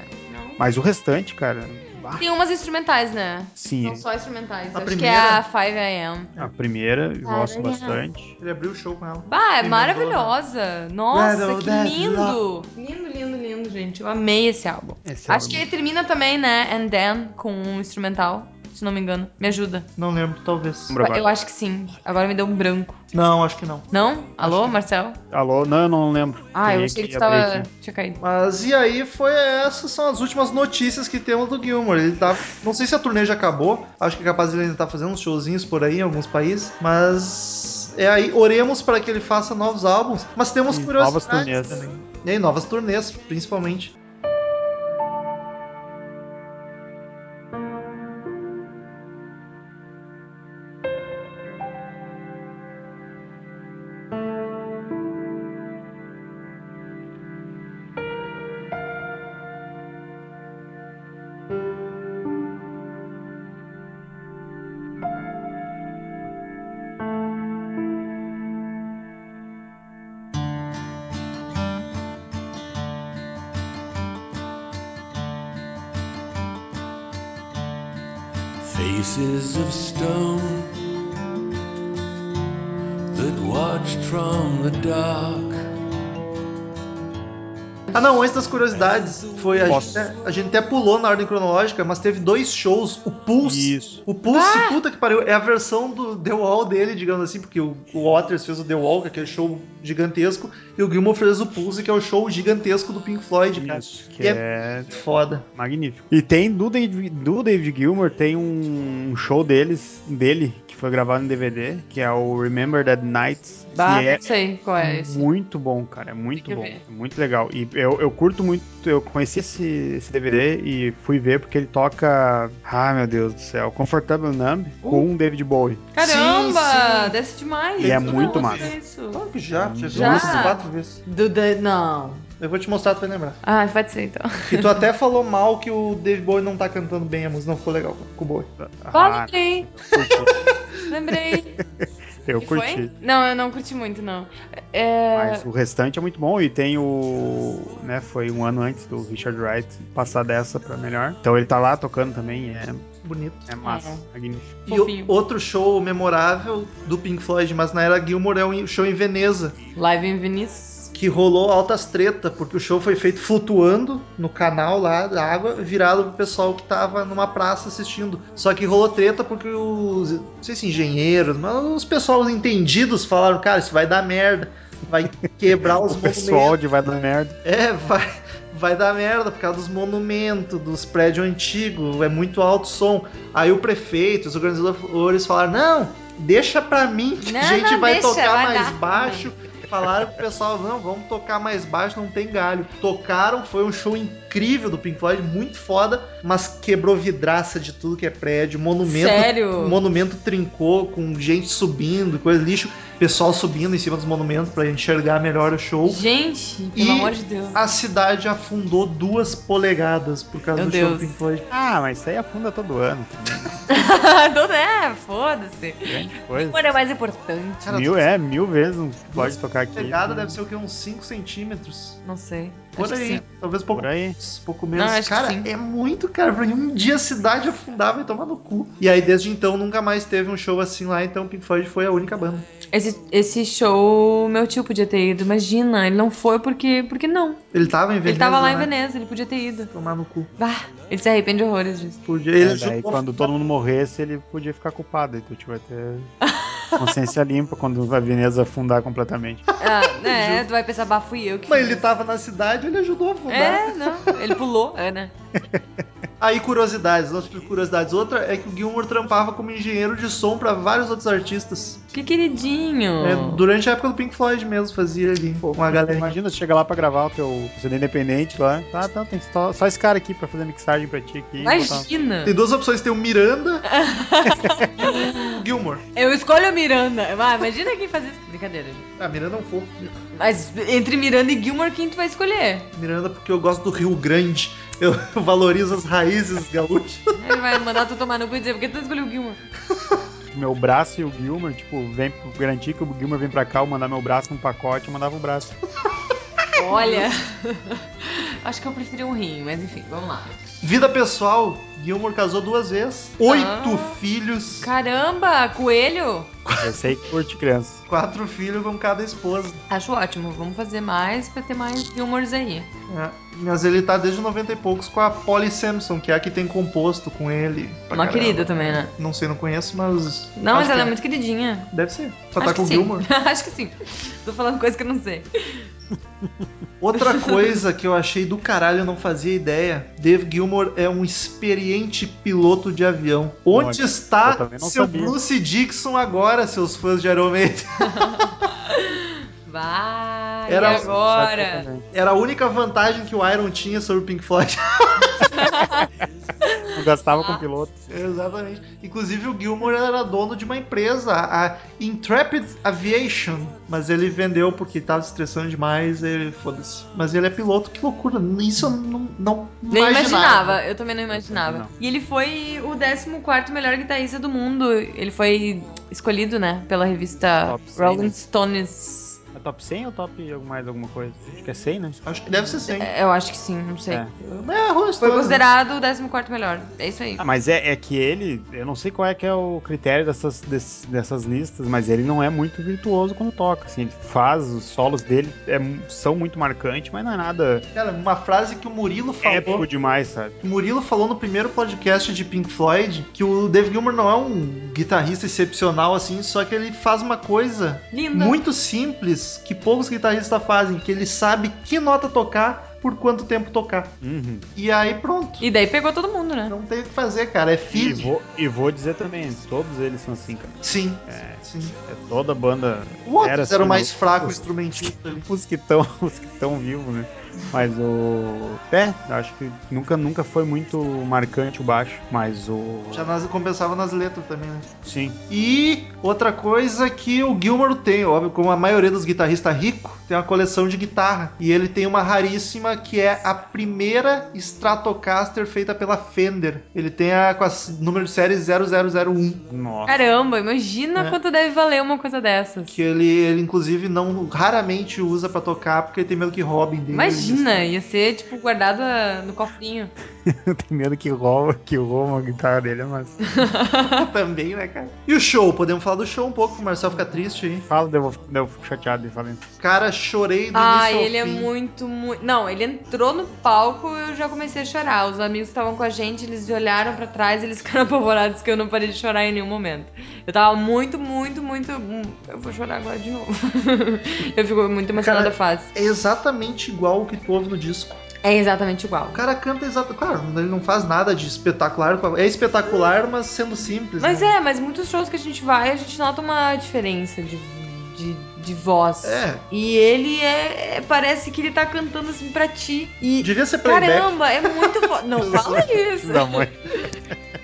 C: Mas o restante, cara. ah,
B: Tem umas instrumentais, né?
C: sim,
B: Não só instrumentais.
A: A
B: Acho que é
A: primeira?
B: a 5 AM.
C: a primeira eu gosto
D: Ah,
C: bastante.
A: Ele abriu o show com ela.
B: Bah, é
A: Emendou,
B: maravilhosa. Nossa,
A: Rattle
B: que
A: that
B: lindo. Lindo, lindo, lindo, gente. Eu amei esse álbum.
C: Esse
B: Acho
C: álbum.
B: que ele termina também, né? And Then, com um instrumental, se não me engano. Me ajuda.
A: Não lembro, talvez.
C: Lembro agora.
B: Eu acho que sim. Agora me deu um branco.
A: Não, acho que não.
B: Não? Alô, Marcel?
C: Alô? Não, eu não lembro.
B: Ah, eu
C: Teria
B: achei que tu tava...
C: abrir é aqui.
B: Tinha caído.
A: Mas e aí foi essas são as últimas notícias que temos do Gilmore. Ele tá, não sei se a turnê já acabou, acho que é capaz ele ainda tá fazendo uns showzinhos por aí em alguns países, mas é aí oremos para que ele faça novos álbuns, mas temos
C: E
A: curiosidades
C: novas turnês.
A: também. E aí, novas turnês, principalmente.
E: faces of stone that watched from the dark.
A: Ah não, antes das curiosidades, foi a gente,
C: Posso?
A: até, a gente até pulou na ordem cronológica, mas teve dois shows, o Pulse
C: Isso.
A: O Pulse,
B: Ah!
A: puta que pariu, é a versão do The Wall dele, digamos assim, porque o o Waters fez o The Wall, que é aquele show gigantesco, e o Gilmour fez o Pulse, que é o show gigantesco do Pink Floyd, cara.
C: Isso, que
A: E
C: é
A: Muito Foda.
C: magnífico. E tem do David, do David Gilmour, tem um, um show deles, dele, que foi gravado em DVD, que é o Remember That Night.
B: Bah,
C: que é
B: não sei qual é esse.
C: muito bom, cara. É muito
B: Tem que
C: bom.
B: ver.
C: é Muito legal. E eu, eu curto muito. Eu conheci esse, esse DVD e fui ver porque ele toca. Ah, meu Deus do céu. Comfortable Numb
B: Uh.
C: com um David Bowie.
B: Caramba,
A: Sim, sim.
B: desce demais.
C: E é
B: Eu
C: muito
B: não
C: massa.
B: sei isso.
A: Claro que já, já,
B: Já?
A: já. quatro vezes.
B: Do, do, não.
A: Eu vou te mostrar, tu vai lembrar.
B: Ah, pode ser então.
A: E tu até falou mal que o David Bowie não tá cantando bem a música, não ficou legal com o Bowie.
B: Ah,
C: Ah,
B: lembrei, lembrei.
C: eu
B: E
C: curti.
B: Foi? Não, eu não curti muito, não. É,
C: Mas o restante é muito bom e tem o. né, foi um ano antes do Richard Wright passar dessa pra melhor. Então ele tá lá tocando também, é,
A: Bonito.
C: é massa,
B: É.
C: magnífico.
A: E o-
B: Fofinho.
A: outro show memorável do Pink Floyd, mas na era Gilmour, é um show em Veneza.
B: Live em Venice.
A: que rolou altas treta, porque o show foi feito flutuando no canal lá da água, virado pro pessoal que tava numa praça assistindo. Só que rolou treta porque os, não sei se engenheiros, mas os pessoal entendidos falaram, cara, isso vai dar merda, vai quebrar os
C: O pessoal
A: monumentos.
C: de Vai da Merda.
A: É, vai, vai dar merda por causa dos monumentos, dos prédios antigos, é muito alto o som. Aí o prefeito, os organizadores falaram, não, deixa pra mim que a
B: Não,
A: gente
B: não,
A: vai
B: deixa,
A: tocar
B: vai
A: mais
B: dar.
A: baixo. Falaram pro pessoal, não, vamos tocar mais baixo, não tem galho. Tocaram, foi um show incrível do Pink Floyd, muito foda, mas quebrou vidraça de tudo que é prédio, monumento o
B: Sério?
A: monumento trincou com gente subindo, coisa lixo, pessoal subindo em cima dos monumentos pra enxergar melhor o show.
B: Gente, pelo
A: E-
B: amor de Deus.
A: A cidade afundou duas polegadas por causa
B: Meu
A: do show
B: Deus.
A: do Pink Floyd.
C: Ah, mas isso aí afunda todo ano.
B: Tudo é, foda-se.
C: Grande coisa.
B: Agora é mais importante.
A: Cara,
C: Mil, é, mil vezes não pode tocar
A: a
C: aqui.
A: pegada deve ser um o quê? Uns 5 centímetros.
B: Não sei.
A: Por
B: Acho que
A: aí.
B: sim.
A: Talvez pouco,
C: Por aí.
A: pouco menos.
B: Não, acho que
A: cara,
B: sim.
A: é muito, cara. Pra mim, um dia a cidade afundava e tomar no cu. E aí, desde então, nunca mais teve um show assim lá. Então, Pink Floyd foi a única banda.
B: Esse, esse show, meu tio podia ter ido. Imagina, ele não foi porque. Porque não.
A: Ele tava em Veneza.
B: ele tava lá em
A: né?
B: Veneza, ele podia ter ido.
A: Tomar no cu.
B: Bah, ele se arrepende horrores disso.
A: Podia.
C: É,
A: Ele
C: daí,
A: juntou-
C: quando todo mundo morresse, ele podia ficar culpado. Então, tipo, vai ter consciência limpa quando a Veneza afundar completamente.
B: Ah, né? tu vai pensar, bah, fui eu que.
A: Mas
B: fiz.
A: ele tava na cidade, ele ajudou a afundar.
B: É, não. Ele pulou, é, né?
A: Aí, curiosidades, outras curiosidades. Outra é que o Gilmour trampava como engenheiro de som pra vários outros artistas.
B: Que queridinho.
A: É, durante a época do Pink Floyd mesmo, fazia ali com a galera.
C: Imagina, você chega lá pra gravar o teu CD independente lá. Tá, tá, tem só, só esse cara aqui
A: tá.
C: pra fazer mixagem pra ti aqui. botar-
B: Imagina.
A: Tem duas opções: tem o Miranda Gilmore. Gilmore.
B: Eu escolho a Miranda. Ah, imagina quem faz isso. Brincadeira, gente.
A: Ah, Miranda é um fofo.
B: Mas entre Miranda e Gilmore, quem tu vai escolher?
A: Miranda, porque eu gosto do Rio Grande. Eu valorizo as raízes gaúchas.
B: Ele vai mandar tu tomar no cu e dizer, por que tu escolheu o Gilmore?
C: Meu braço e o Gilmer, tipo, vem garantir que o Gilmer vem pra cá, eu mandar meu braço num pacote, eu mandava o braço.
B: Olha, acho que eu preferi um rim, mas enfim, vamos lá.
A: Vida pessoal, Gilmore casou duas vezes. Oito
B: Ah.
A: filhos.
B: Caramba, coelho?
C: Eu sei que curte criança.
A: Quatro filhos com cada esposa.
B: Acho ótimo, vamos fazer mais pra ter mais Gilmores aí.
A: É. Mas ele tá desde 90 e poucos com a Polly Sampson, que é a que tem composto com ele. pra
B: Uma
A: caramba.
B: querida também, né?
A: Não sei, não conheço, mas.
B: Não, mas
A: acho que
B: ela é muito queridinha.
A: Deve ser. Só
B: Acho
A: tá com o
B: que sim.
A: Gilmore.
B: Acho que sim. Tô falando coisa que eu não sei.
A: Outra coisa que eu achei do caralho, eu não fazia ideia. Dave Gilmore é um experiente piloto de avião.
C: Olha,
A: Onde
C: eu
A: está
C: também não
A: seu
C: sabia.
A: Bruce Dixon agora, seus fãs de Iron Maiden?
B: Vai,
A: Era-
B: e agora?
A: Era a única vantagem que o Iron tinha sobre o Pink Floyd.
C: Não gastava com piloto.
A: Exatamente. Inclusive o Gilmore era dono de uma empresa, a Intrepid Aviation, mas ele vendeu porque tava se estressando demais, ele foda-se. Mas ele é piloto, que loucura. Isso eu não, não
B: Nem
A: imaginava.
B: imaginava, eu também não imaginava.
C: Eu também
B: E ele foi o 14 melhor guitarrista do mundo. Ele foi escolhido, né, pela revista
C: Top 100,
B: Rolling
C: né?
B: Stones.
C: É top 100 ou top mais alguma coisa? Acho que é 100, né?
A: Acho que deve ser sim.
B: É, Eu acho que sim, não sei.
C: É.
A: É, a Rolling
B: Foi
A: Stones, né?
B: considerado o 14 melhor. É isso aí.
C: Ah, mas é, é que ele, eu não sei qual é que é o critério dessas, des- dessas listas, mas ele não é muito virtuoso quando toca, assim, ele faz, os solos dele é mu- são muito marcantes, mas não é nada
A: Cara, uma frase que o
C: É,
A: Murilo falou.
C: épico demais, sabe?
A: O Murilo falou no primeiro podcast de Pink Floyd que o Dave Gilmore não é um guitarrista excepcional assim, só que ele faz uma coisa
B: Linda.
A: muito simples que poucos guitarristas fazem, que ele sabe que nota tocar por quanto tempo tocar.
C: Uhum.
A: E aí pronto.
B: E daí pegou todo mundo, né?
A: Não tem o que fazer, cara. É
C: E,
A: feed.
C: vou, e vou dizer também, todos eles são assim, cara.
A: Sim. Sim.
C: É toda banda,
A: O outro
C: Era
A: era,
C: assim,
A: o mais
C: o-
A: fraco instrumentista ali.
C: os que estão os que estão vivos, né? Mas o é, acho que nunca nunca foi muito marcante o baixo, mas o
A: Já nas, compensava nas letras também, né?
C: sim,
A: E outra coisa que o Gilmore tem, óbvio, como a maioria dos guitarristas rico, tem uma coleção de guitarra. E ele tem uma raríssima que é a primeira Stratocaster feita pela Fender. Ele tem a com a s- número de série 0001.
C: nossa,
B: Caramba, imagina
A: É.
B: quanto deve valer uma coisa dessas.
A: Que ele, ele inclusive, não raramente usa pra tocar, porque ele tem medo que roubem dele.
B: Imagina, ia ser, tipo, guardada no cofrinho.
C: eu tenho medo que rouba, que rouba a guitarra dele, mas
A: Também, né, cara? E o show? Podemos falar do show um pouco, o Marcel fica triste aí.
C: Fala, daí eu, vou- daí eu fico chateado e "Então, falei.
A: Cara, chorei do
B: Ah,
A: início ao
B: ele é
A: fim.
B: muito, muito. Não, ele entrou no palco e eu já comecei a chorar. Os amigos estavam com a gente, eles me olharam pra trás, eles ficaram apavorados que eu não parei de chorar em nenhum momento. Eu tava muito, muito, muito. hum, Eu vou chorar agora de novo. eu fico muito emocionada
A: Cara-
B: fácil.
A: É exatamente igual o que tu ouve no disco.
B: É exatamente igual.
A: O cara canta exatamente... Claro, ele não faz nada de espetacular. É espetacular, mas sendo simples.
B: Mas
A: né?
B: é, mas muitos shows que a gente vai, a gente nota uma diferença de, de, de voz.
A: É.
B: E ele é, é- Parece que ele tá cantando assim pra ti. E.
A: Devia ser playback.
B: Caramba, é muito foda. Não, fala isso.
C: Da mãe.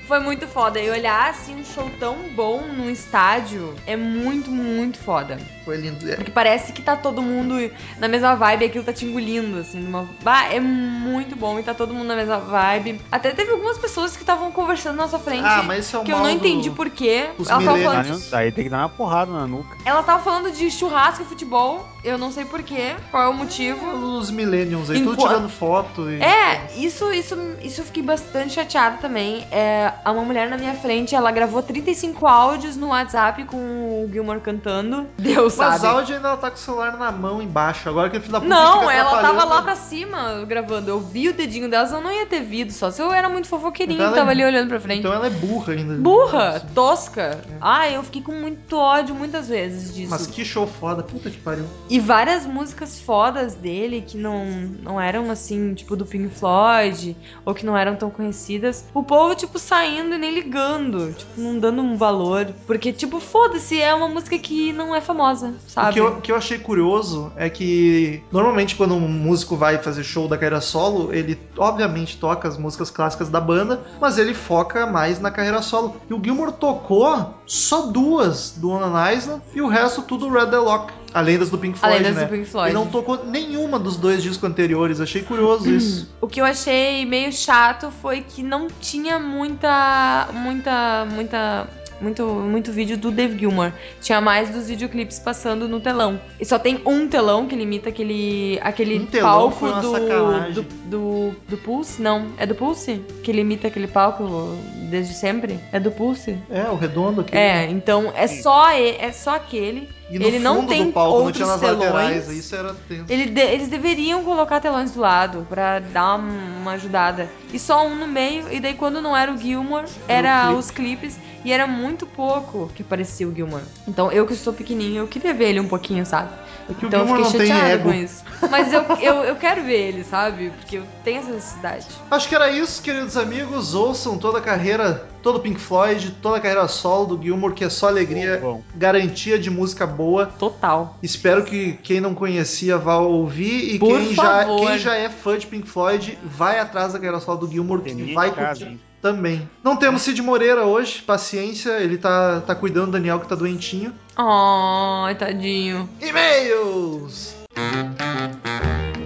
B: Foi muito foda. E olhar assim um show tão bom num estádio é muito, muito foda.
A: Foi lindo. É.
B: Porque parece que tá todo mundo na mesma vibe, aquilo tá te engolindo, assim, numa. Bah, é muito bom e tá todo mundo na mesma vibe. Até teve algumas pessoas que estavam conversando na nossa frente.
A: Ah, mas isso é o
B: Que eu
A: mal
B: não
A: do-
B: entendi por quê.
A: Os
B: Ela tava,
A: millennials.
B: falando,
C: Daí- né?" Daí tem que dar uma porrada na nuca.
B: ela tava falando de churrasco e futebol. Eu não sei por quê. Qual é o motivo?
A: Os millennials aí, tudo
B: Enqua-
A: tirando foto e...
B: É, isso, isso, isso eu fiquei bastante chateada também. É, há uma mulher na minha frente, ela gravou 35 áudios no WhatsApp com o Gilmore cantando. Deus
A: Mas
B: sabe.
A: áudio ainda tá com o celular na mão embaixo. Agora que ele filho da puta
B: Não,
A: fica
B: ela tava
A: atrapalhando.
B: lá pra cima gravando. Eu vi o dedinho dela, eu não ia ter visto, só se eu era muito fofoqueirinha
A: Então
B: que
A: ela-
B: tava ali olhando pra frente.
A: Então ela é burra ainda.
B: Burra, tosca. Ai, eu fiquei com muito ódio muitas vezes disso.
A: Mas que show foda. Puta que pariu.
B: E várias músicas fodas dele que não, não eram assim, tipo, do Pink Floyd, ou que não eram tão conhecidas. O povo, tipo, saindo e nem ligando. Tipo, não dando um valor. Porque, tipo, foda-se, é uma música que não é famosa, sabe?
A: O que, eu, o que eu achei curioso é que normalmente quando um músico vai fazer show da carreira solo, ele obviamente toca as músicas clássicas da banda, mas ele foca mais na carreira solo. E o Gilmore tocou só duas do Onan Island e o resto tudo Red The Lock. Além das do Pink Floyd,
B: Além das
A: né?
B: do Pink Floyd.
A: E não tocou nenhuma dos dois discos anteriores. Achei curioso isso.
B: O que eu achei meio chato foi que não tinha muita. muita. muita. Muito, muito vídeo do Dave Gilmore. Tinha mais dos videoclipes passando no telão. E só tem um telão que limita aquele, aquele
A: Um telão
B: palco
A: foi uma
B: do,
A: sacanagem.
B: do, do. do Pulse? Não. É do Pulse? Que limita aquele palco desde sempre? É do Pulse?
A: É, o redondo aqui.
B: É, então é só, e- é só aquele.
A: E no
B: ele não
A: fundo
B: tem
A: do palco, não tinha nas
B: outros telões.
A: laterais. Isso era tenso.
B: Ele de- eles deveriam colocar telões do lado pra dar uma, uma ajudada. E só um no meio, e daí quando não era o Gilmore, era
A: clipe.
B: os clipes. E era muito pouco que aparecia o Gilmore. Então eu que sou pequenininho, eu queria ver ele um pouquinho, sabe?
A: É que o
B: então eu
A: Gilmore não
B: fiquei
A: tem
B: chateada
A: ego.
B: com isso. Mas eu, eu, eu quero ver ele, sabe? Porque eu tenho essa necessidade.
A: Acho que era isso, queridos amigos. Ouçam toda a carreira, todo o Pink Floyd, toda a carreira solo do Gilmore, que é só alegria,
C: Bom,
A: garantia de música boa.
B: Total.
A: Espero que quem não conhecia vá ouvir e
B: Por
A: quem já,
B: favor.
A: quem já é fã de Pink Floyd vai atrás da carreira solo do Gilmore,
C: tem
A: que
C: ninguém
A: vai
C: em casa,
A: curtir
C: hein?
A: também. Não temos Cid Moreira hoje, paciência, ele tá, tá cuidando do Daniel que tá doentinho.
B: Oh, tadinho.
A: E-mails!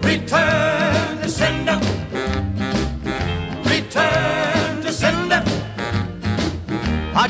E: Return to sender. Return to sender. I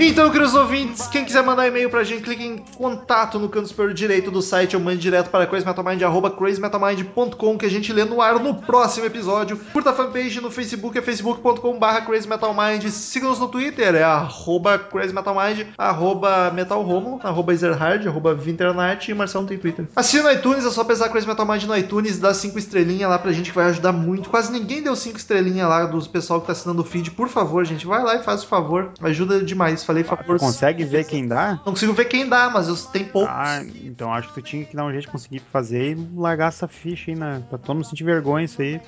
A: Então, queridos ouvintes, quem quiser mandar e-mail pra gente, clique em contato no canto superior direito do site ou mande direto para crazymetalmind, arroba crazymetalmind.com que a gente lê no ar no próximo episódio. Curta a fanpage no Facebook, é facebook.com crazymetalmind. Siga-nos no Twitter, é arroba crazymetalmind, arroba metalromo, arroba ezerhard, arroba vinternat e Marcelo tem Twitter. Assina no iTunes, é só pesar Crazy Metal Mind no iTunes, dá 5 estrelinhas lá pra gente que vai ajudar muito. Quase ninguém deu 5 estrelinhas lá dos pessoal que tá assinando o feed. Por favor, gente, vai lá e faz o favor. Ajuda demais. Falei favor.
C: Ah, Consegue ver quem dá?
A: Não consigo ver quem dá, mas eu, tem poucos.
C: Ah, então acho que tu tinha que dar um jeito de conseguir fazer e largar essa ficha aí, né? Pra todo mundo sentir vergonha isso aí.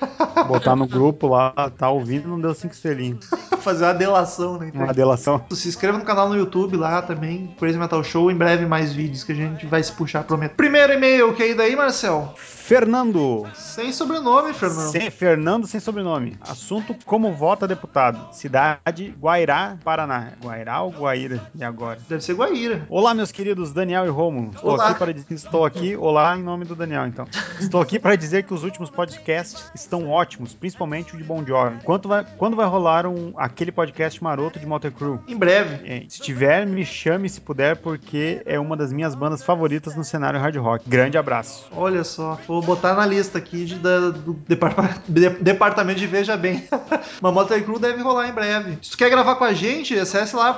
C: Botar no grupo lá, tá ouvindo, não deu cinco estrelinhas.
A: Fazer uma delação, né?
C: Uma delação.
A: Se inscreva no canal no YouTube lá também, Crazy Metal Show. Em breve mais vídeos que a gente vai se puxar, prometo. Primeiro e-mail, que é daí, Marcel?
C: Fernando!
A: Sem sobrenome, Fernando.
C: Sem, Fernando sem sobrenome. Assunto: como vota deputado? Cidade Guairá, Paraná. Guairá ou Guaíra? E agora?
A: Deve ser Guaíra.
C: Olá, meus queridos Daniel e Romulo. Estou
A: Olá.
C: aqui para dizer estou aqui. Olá, em nome do Daniel, então. Estou aqui para dizer que os últimos podcasts estão ótimos, principalmente o de Bon Jovi. Quando vai, quando vai rolar um, aquele podcast maroto de Motor Crew?
A: Em breve.
C: É, Se tiver, me chame se puder, porque é uma das minhas bandas favoritas no cenário hard rock. Grande abraço.
A: Olha só, vou botar na lista aqui de, da- do depar- de- departamento de Veja Bem. Mas Motley Crew deve rolar em breve. Se tu quer gravar com a gente, acesse lá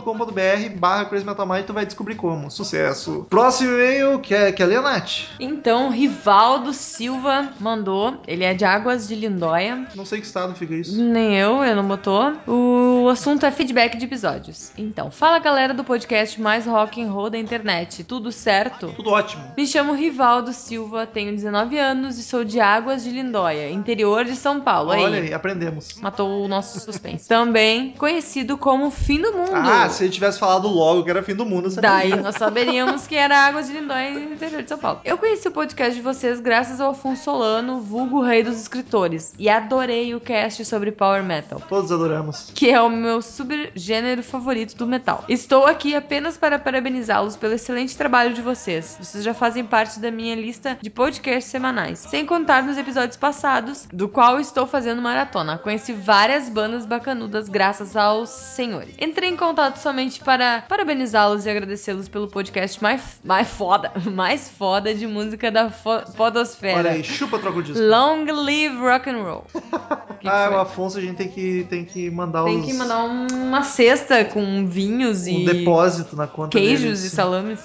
A: padrim.com.br barra Crazy Metal Mind e tu vai descobrir como. Sucesso! Próximo e-mail, que é, que é Lenat.
B: Então, Rivaldo Silva mandou. Ele é de Águas de Lindóia.
A: Não sei que estado fica isso.
B: Nem eu, eu não botou. O assunto é feedback de episódios. Então, fala galera do podcast mais rock and roll da internet. Tudo certo?
A: Tudo ótimo.
B: Me chamo Rivaldo Silva, tenho 19 anos e sou de Águas de Lindóia, interior de São Paulo.
A: Olha
B: aí.
A: aí, aprendemos.
B: Matou o nosso suspense. Também conhecido como Fim do Mundo.
A: Ah, se ele tivesse falado logo que era fim do mundo, eu
B: Daí
A: saberia.
B: nós saberíamos que era Águas de Lindóia no interior de São Paulo. Eu conheci o podcast de vocês graças ao Afonso Solano, vulgo rei dos escritores, e adorei o cast sobre Power Metal.
A: Todos adoramos.
B: que é o meu subgênero favorito do metal. Estou aqui apenas para parabenizá-los pelo excelente trabalho de vocês. Vocês já fazem parte da minha lista de podcasts semanais, sem contar nos episódios passados, do qual estou fazendo maratona. Conheci várias bandas bacanudas graças aos senhores. Entrei em contato somente para parabenizá-los e agradecê-los pelo podcast mais, mais foda, mais foda de música da fo-
A: Olha
B: podosfera.
A: aí, chupa troco disso.
B: Long live rock and roll. que
A: Ah,
B: que
A: o
B: foi.
A: Afonso a gente tem que, tem que mandar
B: Tem
A: os,
B: que mandar um, uma cesta com vinhos
A: um
B: e
A: depósito na conta dele,
B: queijos e
A: sim.
B: salames.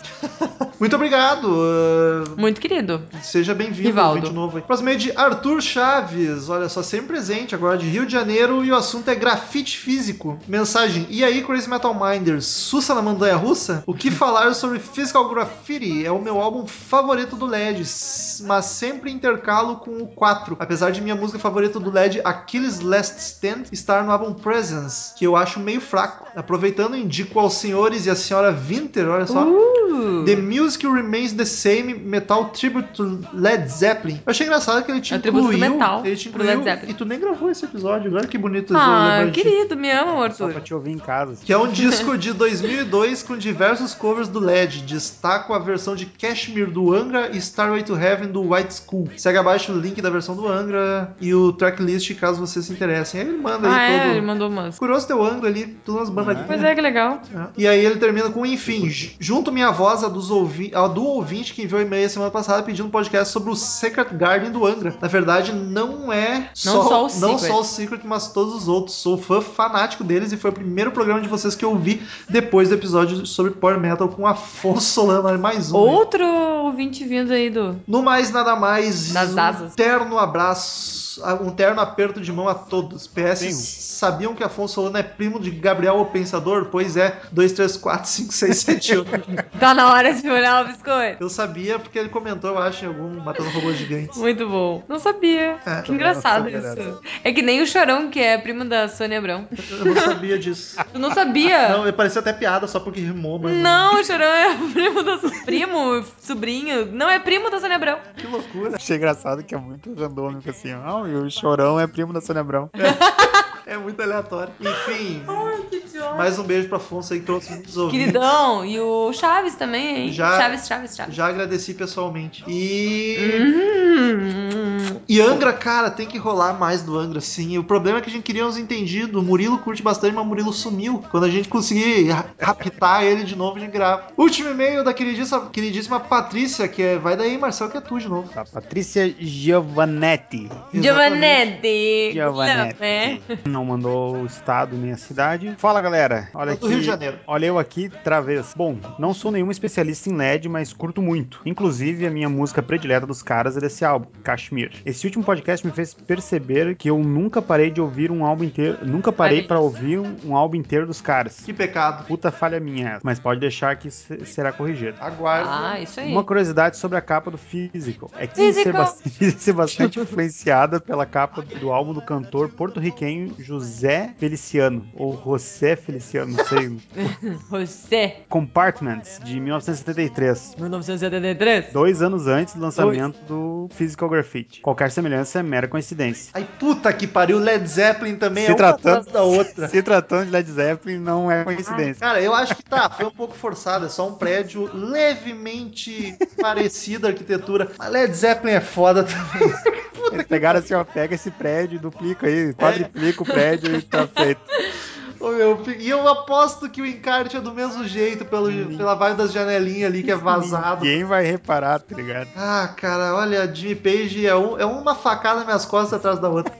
A: Muito obrigado. ah,
B: Muito querido.
A: Seja bem-vindo,
B: Rivaldo.
A: ouvinte novo. aí. Próximo é de Arthur Chaves. Olha só, sempre presente agora de Rio de Janeiro e o assunto é grafite físico. Mensagem: E aí, Crazy Metal Minders? Sussa na Mandanha Russa? O que falar sobre Physical Graffiti? É o meu álbum favorito do LED, s- mas sempre intercalo com o 4. Apesar de minha música favorita do LED, Achilles Last Stand, estar no álbum Presence, que eu acho meio fraco. Aproveitando, indico aos senhores e à senhora Winter, olha só.
B: Uh,
A: The Music Remains the Same Metal Tribute to Led Zeppelin. Eu achei engraçado que ele te
B: É o tributo do
A: incluiu.
B: metal
A: ele te
B: pro
A: incluiu
B: Led Zeppelin.
A: e tu nem gravou esse episódio. Olha que bonito isso,
B: ah,
A: lembrando de ti.
B: querido, me ama,
C: Só pra
B: Arthur.
C: te ouvir em casa.
A: Que é um disco de 2002 com diversos covers do LED. Destaco a versão de Cashmere do Angra e Starway to Heaven do White School. Segue abaixo o link da versão do Angra e o tracklist caso vocês se interessem. Aí ele manda
B: Ah,
A: aí
B: é, ele
A: todo.
B: mandou umas.
A: Curioso teu ângulo ali, todas as bandas ali.
B: Pois é, que legal.
A: É. E aí ele termina com, enfim, j- junto minha voz à dos ouvi a do ouvinte que enviou e-mail semana passada pedindo um podcast sobre o Secret Garden do Angra. Na verdade, não é
B: Não só o
A: não
B: Secret.
A: só o Secret, mas todos os outros. Sou fã fanático deles e foi o primeiro programa de vocês que eu ouvi depois do episódio sobre Power Metal com Afonso Solano. Olha, Mais um. aí.
B: Outro ouvinte vindo aí do.
A: No mais, nada mais.
B: Nas asas.
A: Um terno abraço, a- um terno aperto de mão a todos. PS,
C: Sim.
A: sabiam que Afonso Solano é primo de Gabriel o Pensador? Pois é, 2, 3, 4, 5, 6, 7, 8.
B: Tá na hora de olhar o biscoito.
A: Eu sabia porque ele comentou, eu acho, em algum Matando Robôs Gigantes.
B: Muito bom. Não sabia.
A: É,
B: Que engraçado
C: Nossa,
B: isso. É que nem o Chorão, que é primo da Sônia Abrão.
A: eu não sabia disso.
B: Tu não sabia?
A: Não, ele parecia até piada só porque rimou, mas.
B: Não, o Chorão é primo da primo, sobrinho. Não é primo da Sônia Abrão.
A: Que loucura.
C: Achei engraçado que é muito randômico assim. Ah, e o Chorão é primo da Sônia Abrão.
A: É muito aleatório. Enfim, mais um beijo pra Afonso aí que trouxe muitos ouvintes.
B: Queridão, e o Chaves também, hein?
A: Já-
B: Chaves, Chaves, Chaves.
A: Já agradeci pessoalmente. E.
B: Hum,
A: E Angra, cara, tem que rolar mais do Angra, sim. O problema é que a gente queria uns entendidos. O Murilo curte bastante, mas o Murilo sumiu. Quando a gente conseguir ra- raptar ele de novo, a gente grava. Último e-mail da queridíssima, queridíssima Patrícia, que é. Vai daí, Marcel, que é tu de novo.
C: Tá, Patrícia Giovanetti.
B: Giovanetti.
C: Giovanetti.
B: Né?
C: Não mandou o estado nem a cidade. Fala, galera. Olha
A: Exatamente.
C: aqui.
A: Do Rio de Janeiro.
C: Olha eu aqui, travês. Bom, não sou nenhum especialista em LED, mas curto muito. Inclusive, a minha música predileta dos caras é desse álbum, Kashmir. Esse último podcast me fez perceber que eu nunca parei de ouvir um álbum inteiro. Nunca parei
B: Parei.
C: pra ouvir um, um álbum inteiro dos caras.
A: Que pecado.
C: Puta falha minha essa, mas pode deixar que se- será corrigido.
A: Aguardo.
B: Ah, isso aí.
C: Uma curiosidade sobre a capa do Physical é que
B: Physical.
C: ser bastante, ser bastante influenciada pela capa do álbum do cantor porto-riquenho José Feliciano, ou José Feliciano, não sei,
B: Você,
C: Compartments, de 1973.
B: 1973.
C: Dois anos antes do lançamento do Physical Graffiti. Qualquer semelhança é mera coincidência.
A: Ai, puta que pariu. Led Zeppelin também
C: Se
A: é
C: tratando-
A: uma atrás da outra.
C: Se tratando de Led Zeppelin, não é coincidência.
A: Cara, eu acho que tá, foi um pouco forçado. É só um prédio levemente parecido à arquitetura. Mas Led Zeppelin é foda também.
C: Eles pegaram assim, ó, pega esse prédio, duplica aí, quadriplica o prédio e tá feito.
A: Ô, meu, e eu aposto que o encarte é do mesmo jeito, pelo, pela vibe das janelinhas ali que é vazado.
C: Ninguém vai reparar, tá ligado?
A: Ah, cara, olha, Jimmy Page é, um- é uma facada nas minhas costas atrás da outra.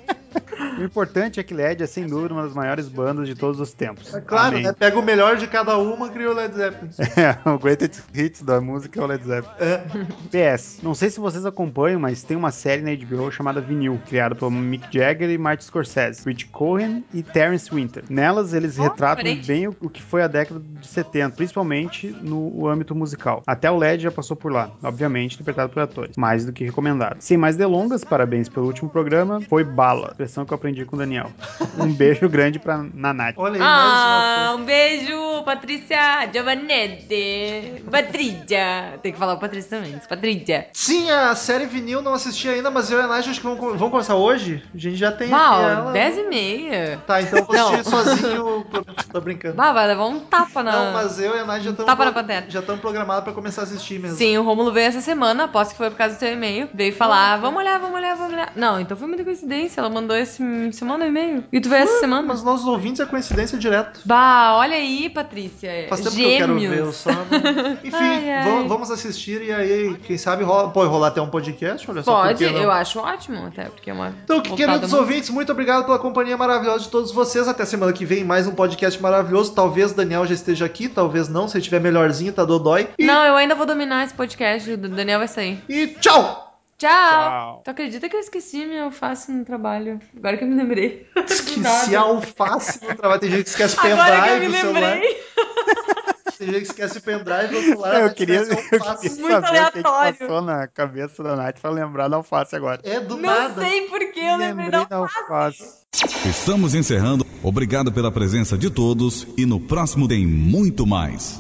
C: O importante é que Led é sem dúvida uma das maiores bandas de todos os tempos.
A: É claro,
C: Amém.
A: né? Pega o melhor de cada uma, cria o Led Zeppelin.
C: É, o greatest hits da música é o Led Zeppelin. PS, não sei se vocês acompanham, mas tem uma série na HBO chamada Vinil, criada por Mick Jagger e Martin Scorsese, Rich Cohen e Terence Winter. Nelas, eles
B: Ó,
C: retratam
B: diferente.
C: bem o, o que foi a década de 70, principalmente no âmbito musical. Até o Led já passou por lá, obviamente interpretado por atores, mais do que recomendado. Sem mais delongas, parabéns pelo último programa, foi bala, expressão que eu aprendi com o Daniel. Um beijo grande pra Nanate.
A: Olha aí,
B: Ah,
A: mais uma
B: um beijo, Patrícia Giovanetti. Patrícia. Tem que falar o Patrícia também. Patrícia.
A: Sim, a série vinil não assisti ainda, mas eu e a Nath acho que vão, vão começar hoje. A gente já tem aqui
B: Uau,
A: ela.
B: 10 e meia.
A: Tá, então eu vou
B: Não.
A: assistir sozinho. Tô brincando.
B: Bah, vai Tá levar um tapa na...
A: Não, mas eu e a Nath já
B: Tapa na
A: estamos
B: pateta.
A: já estamos programados pra começar a assistir mesmo.
B: Sim, o Rômulo veio essa semana, aposto que foi por causa do seu e-mail. Veio falar, vamos olhar, vamos olhar, vamos olhar. Não, então foi muita coincidência, ela mandou esse semana o e-mail. um E tu veio essa semana?
A: Mas nossos ouvintes é coincidência direto.
B: Bah, olha aí, Patrícia. É.
A: Faz tempo
B: Gêmeos.
A: que eu quero ver o sábado. Enfim,
B: Ai, ai.
A: vamos- vamos assistir e aí, quem sabe, rola, pode rolar até um podcast, olha só. por
B: Pode,
A: que não?
B: eu acho ótimo, até porque é uma.
A: Então, que-
B: voltada
A: queridos
B: muito-
A: ouvintes, muito obrigado pela companhia maravilhosa de todos vocês. Até semana que vem, mais um podcast maravilhoso. Talvez o Daniel já esteja aqui, talvez não. Se ele estiver melhorzinho, tá dodói. E,
B: Não, eu ainda vou dominar esse podcast, o Daniel vai sair.
A: e tchau!
B: Tchau!
C: Tchau.
B: Tu acredita que eu esqueci minha alface no trabalho? Agora que eu me lembrei.
A: Esqueci
B: nada.
A: a alface no trabalho. Tem gente que esquece
B: Agora que eu
A: pendrive
B: me
A: no celular.
B: lembrei.
A: Tem gente que esquece pendrive no celular.
C: Eu
A: mas
C: queria, eu
A: esquece
C: queria
A: alface.
B: é um Muito
C: saber o que, que
B: aleatório.
C: passou na cabeça da Nath pra lembrar da alface agora.
A: É do
B: Não
A: nada.
B: sei por que eu lembrei da
C: da alface.
F: Estamos encerrando. Obrigado pela presença de todos e no próximo tem muito mais.